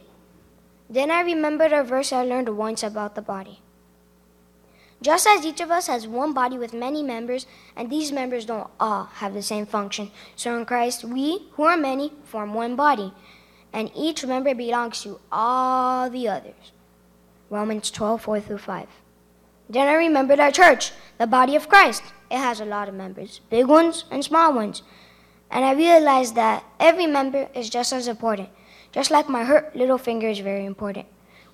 [SPEAKER 5] Then I remembered a verse I learned once about the body. Just as each of us has one body with many members, and these members don't all have the same function, so in Christ we, who are many, form one body, and each member belongs to all the others. Romans 12, 4 through 5. Then I remembered our church, the body of Christ. It has a lot of members, big ones and small ones. And I realized that every member is just as important, just like my hurt little finger is very important.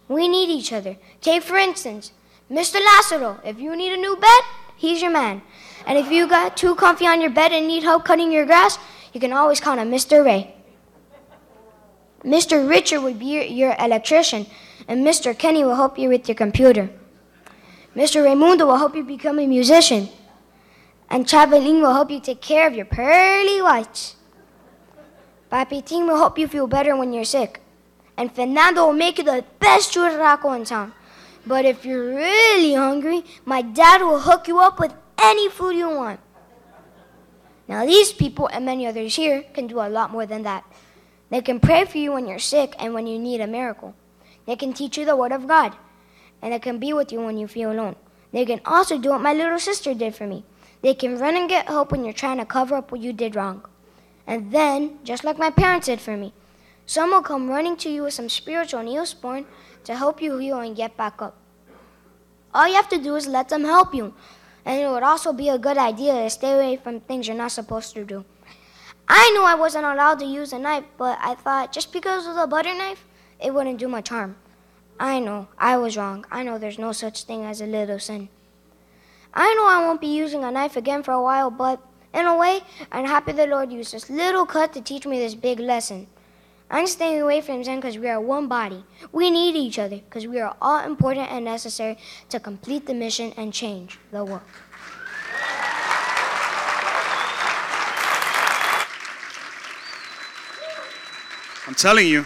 [SPEAKER 5] We need each other. Take, for instance, Mr. Lassero. If you need a new bed, he's your man. And if you got too comfy on your bed and need help cutting your grass, you can always count on Mr. Ray. Mr. Richard would be your, your electrician, and Mr. Kenny will help you with your computer. Mr. Raimundo will help you become a musician. And Chavalin will help you take care of your pearly whites. Papi Ting will help you feel better when you're sick. And Fernando will make you the best churraco in town. But if you're really hungry, my dad will hook you up with any food you want. Now, these people and many others here can do a lot more than that. They can pray for you when you're sick and when you need a miracle. They can teach you the Word of God and they can be with you when you feel alone. They can also do what my little sister did for me. They can run and get help when you're trying to cover up what you did wrong. And then, just like my parents did for me, some will come running to you with some spiritual neosporin to help you heal and get back up. All you have to do is let them help you. And it would also be a good idea to stay away from things you're not supposed to do. I knew I wasn't allowed to use a knife, but I thought just because it was a butter knife, it wouldn't do much harm. I know, I was wrong. I know there's no such thing as a little sin. I know I won't be using a knife again for a while, but in a way, I'm happy the Lord used this little cut to teach me this big lesson. I'm staying away from sin because we are one body. We need each other because we are all important and necessary to complete the mission and change the world.
[SPEAKER 2] I'm telling you,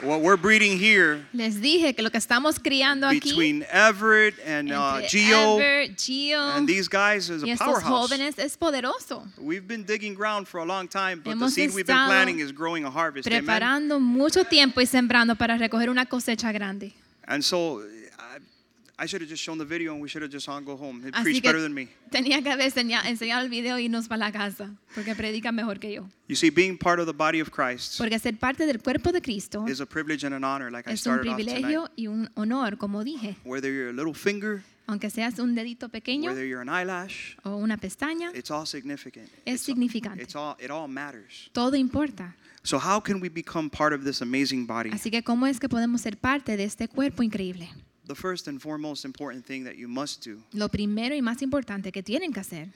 [SPEAKER 2] what we're breeding here
[SPEAKER 3] Les dije que lo que estamos criando aquí
[SPEAKER 2] between Everett and uh,
[SPEAKER 3] entre
[SPEAKER 2] Geo
[SPEAKER 3] Everett, Gio
[SPEAKER 2] and these guys is
[SPEAKER 3] y
[SPEAKER 2] a
[SPEAKER 3] estos
[SPEAKER 2] powerhouse. Pues,
[SPEAKER 3] jóvenes es poderoso.
[SPEAKER 2] We've been digging ground for a long time, but the
[SPEAKER 3] Hemos
[SPEAKER 2] seed we've been
[SPEAKER 3] estado
[SPEAKER 2] planting is growing a harvest. Amen.
[SPEAKER 3] Preparando mucho tiempo y sembrando para recoger una cosecha grande.
[SPEAKER 2] And so I, I should have just shown the video and we should have just gone go home. He
[SPEAKER 3] Así
[SPEAKER 2] preached
[SPEAKER 3] que
[SPEAKER 2] better than me.
[SPEAKER 3] tenía que haber enseña- enseñado el video y irnos para la casa, porque predica mejor que yo.
[SPEAKER 2] You see, being part of the body of Christ
[SPEAKER 3] Porque ser parte del cuerpo de Cristo
[SPEAKER 2] is a privilege and an honor, like I
[SPEAKER 3] es un
[SPEAKER 2] started off tonight.
[SPEAKER 3] privilegio y un honor, como dije.
[SPEAKER 2] Whether you're a little finger
[SPEAKER 3] aunque seas un dedito pequeño
[SPEAKER 2] whether you're an eyelash,
[SPEAKER 3] o una pestaña,
[SPEAKER 2] it's all significant.
[SPEAKER 3] es
[SPEAKER 2] It's
[SPEAKER 3] significante.
[SPEAKER 2] all it all matters.
[SPEAKER 3] Todo importa.
[SPEAKER 2] So how can we become part of this amazing body?
[SPEAKER 3] Así que, ¿cómo es que podemos ser parte de este cuerpo increíble?
[SPEAKER 2] The first and foremost important thing that you must do
[SPEAKER 3] Lo primero y más importante que tienen que hacer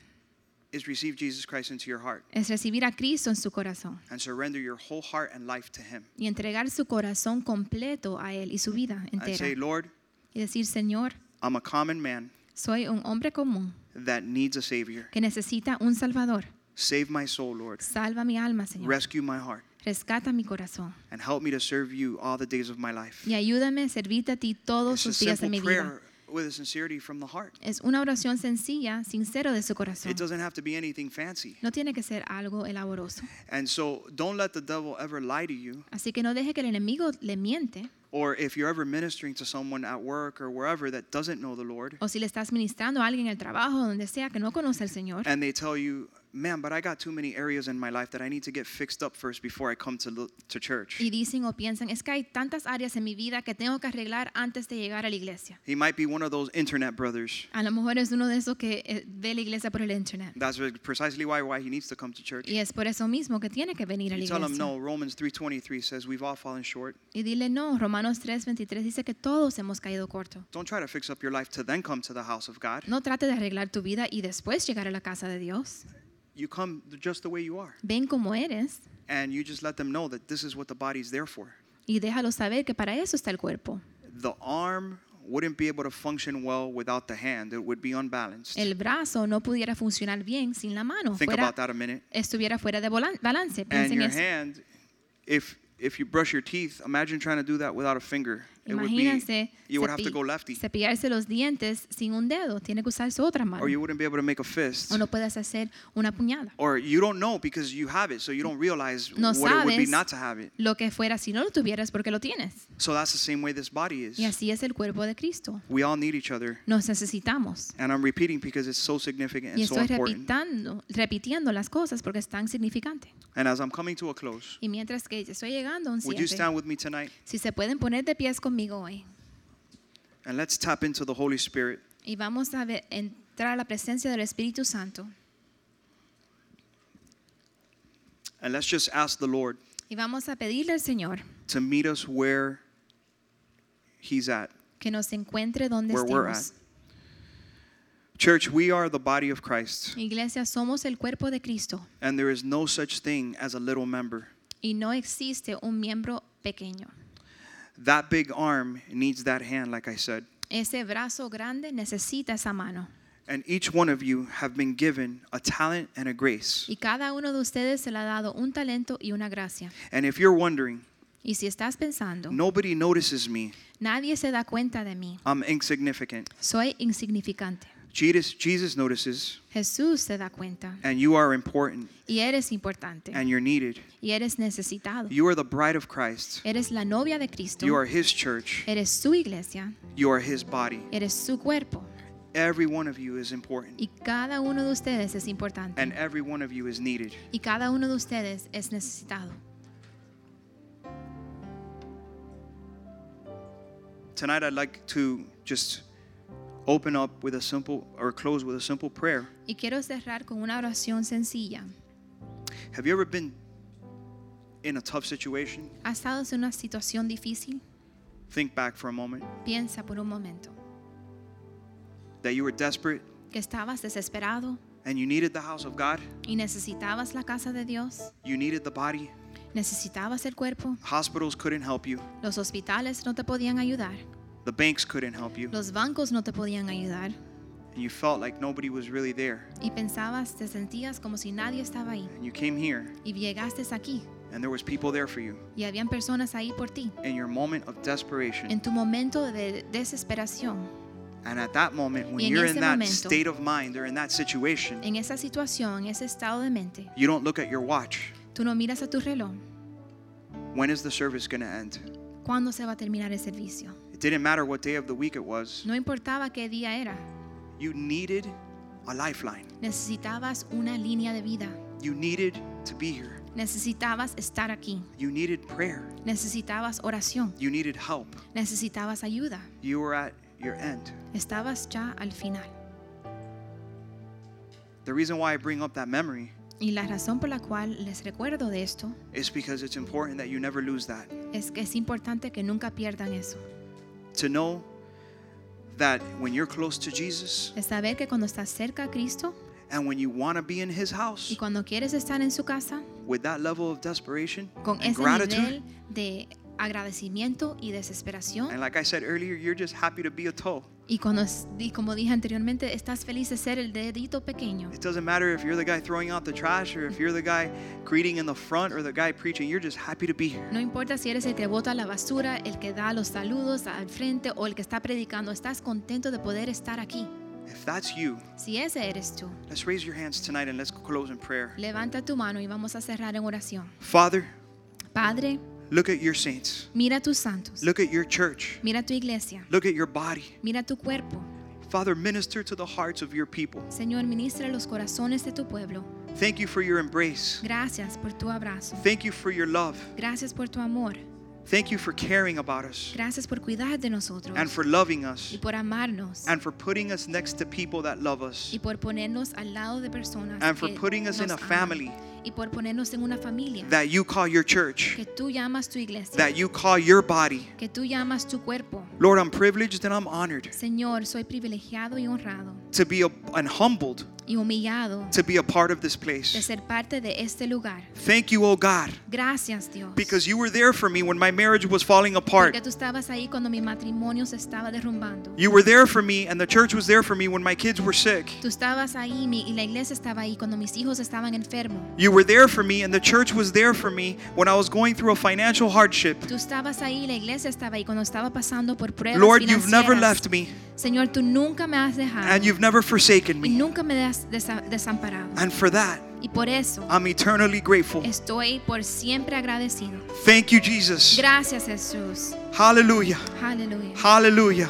[SPEAKER 2] is receive Jesus Christ into your heart
[SPEAKER 3] es recibir a Cristo en su corazón
[SPEAKER 2] and surrender your whole heart and life to him.
[SPEAKER 3] y entregar su corazón completo a Él y su vida
[SPEAKER 2] And say,
[SPEAKER 3] entera.
[SPEAKER 2] "Lord,
[SPEAKER 3] Y decir, Señor,
[SPEAKER 2] I'm a common man
[SPEAKER 3] soy un hombre común
[SPEAKER 2] that needs a savior.
[SPEAKER 3] que necesita un Salvador.
[SPEAKER 2] Save my soul, Lord.
[SPEAKER 3] Salva mi alma, Señor.
[SPEAKER 2] Rescue my heart
[SPEAKER 3] Rescata mi corazón.
[SPEAKER 2] and help me to serve you all the days of my life."
[SPEAKER 3] Y ayúdame a servirte a ti todos
[SPEAKER 2] It's a
[SPEAKER 3] los días de
[SPEAKER 2] simple
[SPEAKER 3] mi vida.
[SPEAKER 2] prayer with a sincerity from the heart.
[SPEAKER 3] Es una oración sencilla, sincero de su corazón.
[SPEAKER 2] It doesn't have to be anything fancy.
[SPEAKER 3] No tiene que ser algo elaboroso.
[SPEAKER 2] And so don't let the devil ever lie to you
[SPEAKER 3] Así que no deje que el enemigo le miente
[SPEAKER 2] or if you're ever ministering to someone at work or wherever that doesn't know the Lord
[SPEAKER 3] o si le estás ministrando a alguien en el trabajo, donde sea, que no conoce al Señor.
[SPEAKER 2] and they tell you, "Man, but I got too many areas in my life that I need to get fixed up first before I come to lo- to church."
[SPEAKER 3] Y dicen o piensan, es que hay tantas áreas en mi vida que tengo que arreglar antes de llegar a la iglesia.
[SPEAKER 2] He might be one of those internet brothers.
[SPEAKER 3] A lo mejor es uno de esos que eh, ve la iglesia por el internet.
[SPEAKER 2] That's precisely why why he needs to come to church.
[SPEAKER 3] Y es por eso mismo que tiene que venir a la
[SPEAKER 2] You tell him
[SPEAKER 3] iglesia.
[SPEAKER 2] no. Romans 3:23 says we've all fallen short.
[SPEAKER 3] Y dile, no, Romanos 3:23 dice que todos hemos caído corto.
[SPEAKER 2] Don't try to fix up your life to then come to the house of God.
[SPEAKER 3] No trate de arreglar tu vida y después llegar a la casa de Dios.
[SPEAKER 2] You come just the way you are,
[SPEAKER 3] Ven como eres
[SPEAKER 2] and you just let them know that this is what the body's there for.
[SPEAKER 3] y déjalo saber que para eso está el cuerpo.
[SPEAKER 2] The arm wouldn't be able to function well without the hand. It would be unbalanced.
[SPEAKER 3] El brazo no pudiera funcionar bien sin la mano.
[SPEAKER 2] Think
[SPEAKER 3] fuera-
[SPEAKER 2] about that a minute.
[SPEAKER 3] estuviera fuera de bolan- balance.
[SPEAKER 2] And
[SPEAKER 3] Piensen
[SPEAKER 2] your
[SPEAKER 3] eso.
[SPEAKER 2] hand, if if you brush your teeth, imagine trying to do that without a finger. It would be
[SPEAKER 3] Imagínense
[SPEAKER 2] you would have to
[SPEAKER 3] cepi-
[SPEAKER 2] go lefty,
[SPEAKER 3] cepillarse los dientes sin un dedo. Tiene que usar su otra mano.
[SPEAKER 2] or you wouldn't be able to make a fist.
[SPEAKER 3] O no puedes hacer una puñada.
[SPEAKER 2] Or you don't know because you have it, so you don't realize
[SPEAKER 3] No
[SPEAKER 2] what it would be
[SPEAKER 3] sabes.
[SPEAKER 2] not to have it.
[SPEAKER 3] Lo que fuera si no lo tuvieras porque lo tienes.
[SPEAKER 2] So that's the same way this body is.
[SPEAKER 3] Y así es el cuerpo de Cristo.
[SPEAKER 2] We all need each other.
[SPEAKER 3] Nos necesitamos.
[SPEAKER 2] And I'm repeating because it's so significant
[SPEAKER 3] Y
[SPEAKER 2] and so
[SPEAKER 3] estoy
[SPEAKER 2] important.
[SPEAKER 3] repitando, repitiendo las cosas porque es tan significante.
[SPEAKER 2] And as I'm coming to a close,
[SPEAKER 3] Y mientras que estoy llegando a un
[SPEAKER 2] would you
[SPEAKER 3] cierre,
[SPEAKER 2] stand with me tonight
[SPEAKER 3] si se pueden poner de pies conmigo hoy
[SPEAKER 2] and let's tap into the Holy Spirit?
[SPEAKER 3] y vamos a ver- entrar a la presencia del Espíritu Santo
[SPEAKER 2] And let's just ask the Lord
[SPEAKER 3] y vamos a pedirle al Señor
[SPEAKER 2] to meet us where He's at.
[SPEAKER 3] que nos encuentre donde
[SPEAKER 2] Where we're
[SPEAKER 3] estemos.
[SPEAKER 2] Church, we are the body of Christ,
[SPEAKER 3] Iglesia, somos el cuerpo de Cristo
[SPEAKER 2] and there is no such thing as a little member.
[SPEAKER 3] y no existe un miembro pequeño.
[SPEAKER 2] That big arm needs that hand, like I said.
[SPEAKER 3] Ese brazo grande necesita esa mano.
[SPEAKER 2] And each one of you have been given a talent and a grace.
[SPEAKER 3] Y cada uno de ustedes se le ha dado un talento y una gracia.
[SPEAKER 2] And if you're wondering,
[SPEAKER 3] Y si estás pensando,
[SPEAKER 2] nobody notices me,
[SPEAKER 3] nadie se da cuenta de mí,
[SPEAKER 2] I'm insignificant.
[SPEAKER 3] soy insignificante.
[SPEAKER 2] Jesus, Jesus notices,
[SPEAKER 3] Jesús se da cuenta
[SPEAKER 2] and you are important,
[SPEAKER 3] y eres importante
[SPEAKER 2] and you're needed.
[SPEAKER 3] y eres necesitado.
[SPEAKER 2] You are the bride of Christ.
[SPEAKER 3] Eres la novia de Cristo,
[SPEAKER 2] You are His church.
[SPEAKER 3] eres su iglesia,
[SPEAKER 2] You are His body.
[SPEAKER 3] eres su cuerpo
[SPEAKER 2] Every one of you is important,
[SPEAKER 3] y cada uno de ustedes es importante.
[SPEAKER 2] and every one of you is needed.
[SPEAKER 3] y cada uno de ustedes es necesitado.
[SPEAKER 2] Tonight, I'd like to just open up with a simple or close with a simple prayer.
[SPEAKER 3] Y quiero cerrar con una oración sencilla.
[SPEAKER 2] Have you ever been in a tough situation?
[SPEAKER 3] ¿Has estado en una situación difícil?
[SPEAKER 2] Think back for a moment
[SPEAKER 3] Piensa por un momento
[SPEAKER 2] that you were desperate
[SPEAKER 3] que estabas desesperado
[SPEAKER 2] and you needed the house of God,
[SPEAKER 3] y necesitabas la casa de Dios,
[SPEAKER 2] you needed the body,
[SPEAKER 3] necesitabas el cuerpo,
[SPEAKER 2] hospitals couldn't help you,
[SPEAKER 3] los hospitales no te podían ayudar,
[SPEAKER 2] the banks couldn't help you,
[SPEAKER 3] los bancos no te podían ayudar
[SPEAKER 2] and you felt like nobody was really there.
[SPEAKER 3] y pensabas, te sentías como si nadie estaba ahí.
[SPEAKER 2] And you came here
[SPEAKER 3] Y llegaste aquí
[SPEAKER 2] and there was people there for you
[SPEAKER 3] y habían personas ahí por ti
[SPEAKER 2] in your moment of desperation.
[SPEAKER 3] en tu momento de desesperación.
[SPEAKER 2] And at that moment, when
[SPEAKER 3] Y en
[SPEAKER 2] you're
[SPEAKER 3] ese
[SPEAKER 2] in that
[SPEAKER 3] momento-
[SPEAKER 2] state of mind or in that situation,
[SPEAKER 3] En esa situación, en ese estado de mente,
[SPEAKER 2] you don't look at your watch.
[SPEAKER 3] tú no miras a tu reloj
[SPEAKER 2] When is the service going to end?
[SPEAKER 3] cuándo se va a terminar el servicio.
[SPEAKER 2] It didn't matter what day of the week it was.
[SPEAKER 3] No importaba qué día era,
[SPEAKER 2] You needed a lifeline.
[SPEAKER 3] necesitabas una línea de vida,
[SPEAKER 2] You needed to be here.
[SPEAKER 3] necesitabas estar aquí,
[SPEAKER 2] You needed prayer.
[SPEAKER 3] necesitabas oración,
[SPEAKER 2] You needed help.
[SPEAKER 3] necesitabas ayuda,
[SPEAKER 2] You were at your end.
[SPEAKER 3] Estabas ya al final.
[SPEAKER 2] The reason why I bring up that memory
[SPEAKER 3] Y la razón por la cual les recuerdo de esto
[SPEAKER 2] is because it's important that you never lose that.
[SPEAKER 3] es que es importante que nunca pierdan eso.
[SPEAKER 2] To know that when you're close to Jesus
[SPEAKER 3] Es saber que cuando estás cerca a Cristo
[SPEAKER 2] and when you want to be in his house
[SPEAKER 3] y cuando quieres estar en su casa,
[SPEAKER 2] with that level of desperation
[SPEAKER 3] con
[SPEAKER 2] and
[SPEAKER 3] ese
[SPEAKER 2] gratitude.
[SPEAKER 3] nivel de agradecimiento y desesperación.
[SPEAKER 2] And like I said earlier, you're just happy to be a toe.
[SPEAKER 3] Y, cuando, es- y como dije anteriormente, estás feliz de ser el dedito pequeño.
[SPEAKER 2] It doesn't matter if you're the guy throwing out the trash or if you're the guy greeting in the front or the guy preaching, you're just happy to be here.
[SPEAKER 3] No importa si eres el que bota la basura, el que da los saludos al frente o el que está predicando, estás contento de poder estar aquí.
[SPEAKER 2] If that's you,
[SPEAKER 3] Si ese eres tú,
[SPEAKER 2] let's raise your hands tonight and let's close in prayer.
[SPEAKER 3] levanta tu mano y vamos a cerrar en oración.
[SPEAKER 2] Father,
[SPEAKER 3] Padre,
[SPEAKER 2] look at your saints.
[SPEAKER 3] mira a tus santos,
[SPEAKER 2] Look at your church.
[SPEAKER 3] mira tu iglesia,
[SPEAKER 2] Look at your body.
[SPEAKER 3] mira tu cuerpo.
[SPEAKER 2] Father, minister to the hearts of your people.
[SPEAKER 3] Señor, ministra los corazones de tu pueblo.
[SPEAKER 2] Thank you for your embrace.
[SPEAKER 3] Gracias por tu abrazo.
[SPEAKER 2] Thank you for your love.
[SPEAKER 3] Gracias por tu amor.
[SPEAKER 2] Thank you for caring about us
[SPEAKER 3] Gracias por cuidar de nosotros
[SPEAKER 2] and for loving
[SPEAKER 3] y
[SPEAKER 2] us
[SPEAKER 3] por amarnos
[SPEAKER 2] and for putting us next to people that love us.
[SPEAKER 3] y por ponernos al lado de personas
[SPEAKER 2] And for
[SPEAKER 3] que
[SPEAKER 2] putting us in
[SPEAKER 3] nos
[SPEAKER 2] a
[SPEAKER 3] aman,
[SPEAKER 2] family
[SPEAKER 3] y por ponernos en una familia
[SPEAKER 2] That you call your church,
[SPEAKER 3] que tú llamas tu iglesia,
[SPEAKER 2] that you call your body.
[SPEAKER 3] que tú llamas tu cuerpo.
[SPEAKER 2] Lord, I'm privileged and I'm honored
[SPEAKER 3] Señor, soy privilegiado y honrado
[SPEAKER 2] to be a, and humbled
[SPEAKER 3] y humillado
[SPEAKER 2] to be a part of this
[SPEAKER 3] de
[SPEAKER 2] place.
[SPEAKER 3] ser parte de este lugar.
[SPEAKER 2] Thank you, oh God,
[SPEAKER 3] Gracias Dios,
[SPEAKER 2] because you were there for me when my marriage was falling
[SPEAKER 3] porque
[SPEAKER 2] apart.
[SPEAKER 3] tú estabas ahí cuando mi matrimonio se estaba derrumbando.
[SPEAKER 2] You were there for me and the church was there for me when my kids were sick.
[SPEAKER 3] Tú estabas ahí mi- y la iglesia estaba ahí cuando mis hijos estaban enfermos.
[SPEAKER 2] You were there for me and the church was there for me when I was going through a financial hardship.
[SPEAKER 3] Tú estabas ahí, y la iglesia estaba ahí cuando estaba pasando por pruebas
[SPEAKER 2] Lord, you've never
[SPEAKER 3] financieras.
[SPEAKER 2] left me
[SPEAKER 3] Señor, tú nunca me has dejado
[SPEAKER 2] and you've never forsaken
[SPEAKER 3] y
[SPEAKER 2] me.
[SPEAKER 3] nunca me has desa- desamparado.
[SPEAKER 2] And for that,
[SPEAKER 3] Y por eso
[SPEAKER 2] I'm eternally grateful.
[SPEAKER 3] estoy por siempre agradecido.
[SPEAKER 2] Thank you, Jesus.
[SPEAKER 3] Gracias Jesús.
[SPEAKER 2] Hallelujah.
[SPEAKER 3] Aleluya.
[SPEAKER 2] Hallelujah.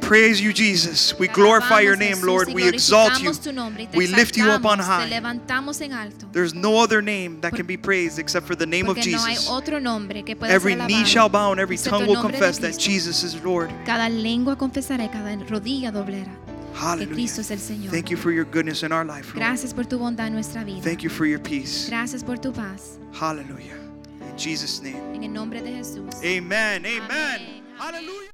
[SPEAKER 2] Praise you, Jesus. We glorify your
[SPEAKER 3] Alabamos,
[SPEAKER 2] name,
[SPEAKER 3] Jesús,
[SPEAKER 2] Lord.
[SPEAKER 3] y
[SPEAKER 2] We exalt you.
[SPEAKER 3] glorificamos tu nombre y te
[SPEAKER 2] We lift you up on
[SPEAKER 3] exaltamos, Te
[SPEAKER 2] high.
[SPEAKER 3] levantamos en alto.
[SPEAKER 2] There's no other name that can be praised except for the name of
[SPEAKER 3] Porque no hay
[SPEAKER 2] Jesus.
[SPEAKER 3] otro nombre que pueda
[SPEAKER 2] Every
[SPEAKER 3] ser
[SPEAKER 2] knee
[SPEAKER 3] alabado,
[SPEAKER 2] shall bow and every
[SPEAKER 3] excepto
[SPEAKER 2] tongue
[SPEAKER 3] el
[SPEAKER 2] will
[SPEAKER 3] nombre de
[SPEAKER 2] confess that
[SPEAKER 3] Cristo.
[SPEAKER 2] Jesus is Lord.
[SPEAKER 3] Cada lengua confesará, y cada rodilla doblará que
[SPEAKER 2] Hallelujah.
[SPEAKER 3] Cristo es el Señor.
[SPEAKER 2] Thank you for your goodness in our life, Lord.
[SPEAKER 3] Gracias por tu bondad en nuestra vida.
[SPEAKER 2] Thank you for your peace.
[SPEAKER 3] Gracias por tu paz.
[SPEAKER 2] Hallelujah. In Jesus' name.
[SPEAKER 3] En el nombre de Jesús.
[SPEAKER 2] Amen. Amen.
[SPEAKER 3] Amén.
[SPEAKER 2] Hallelujah.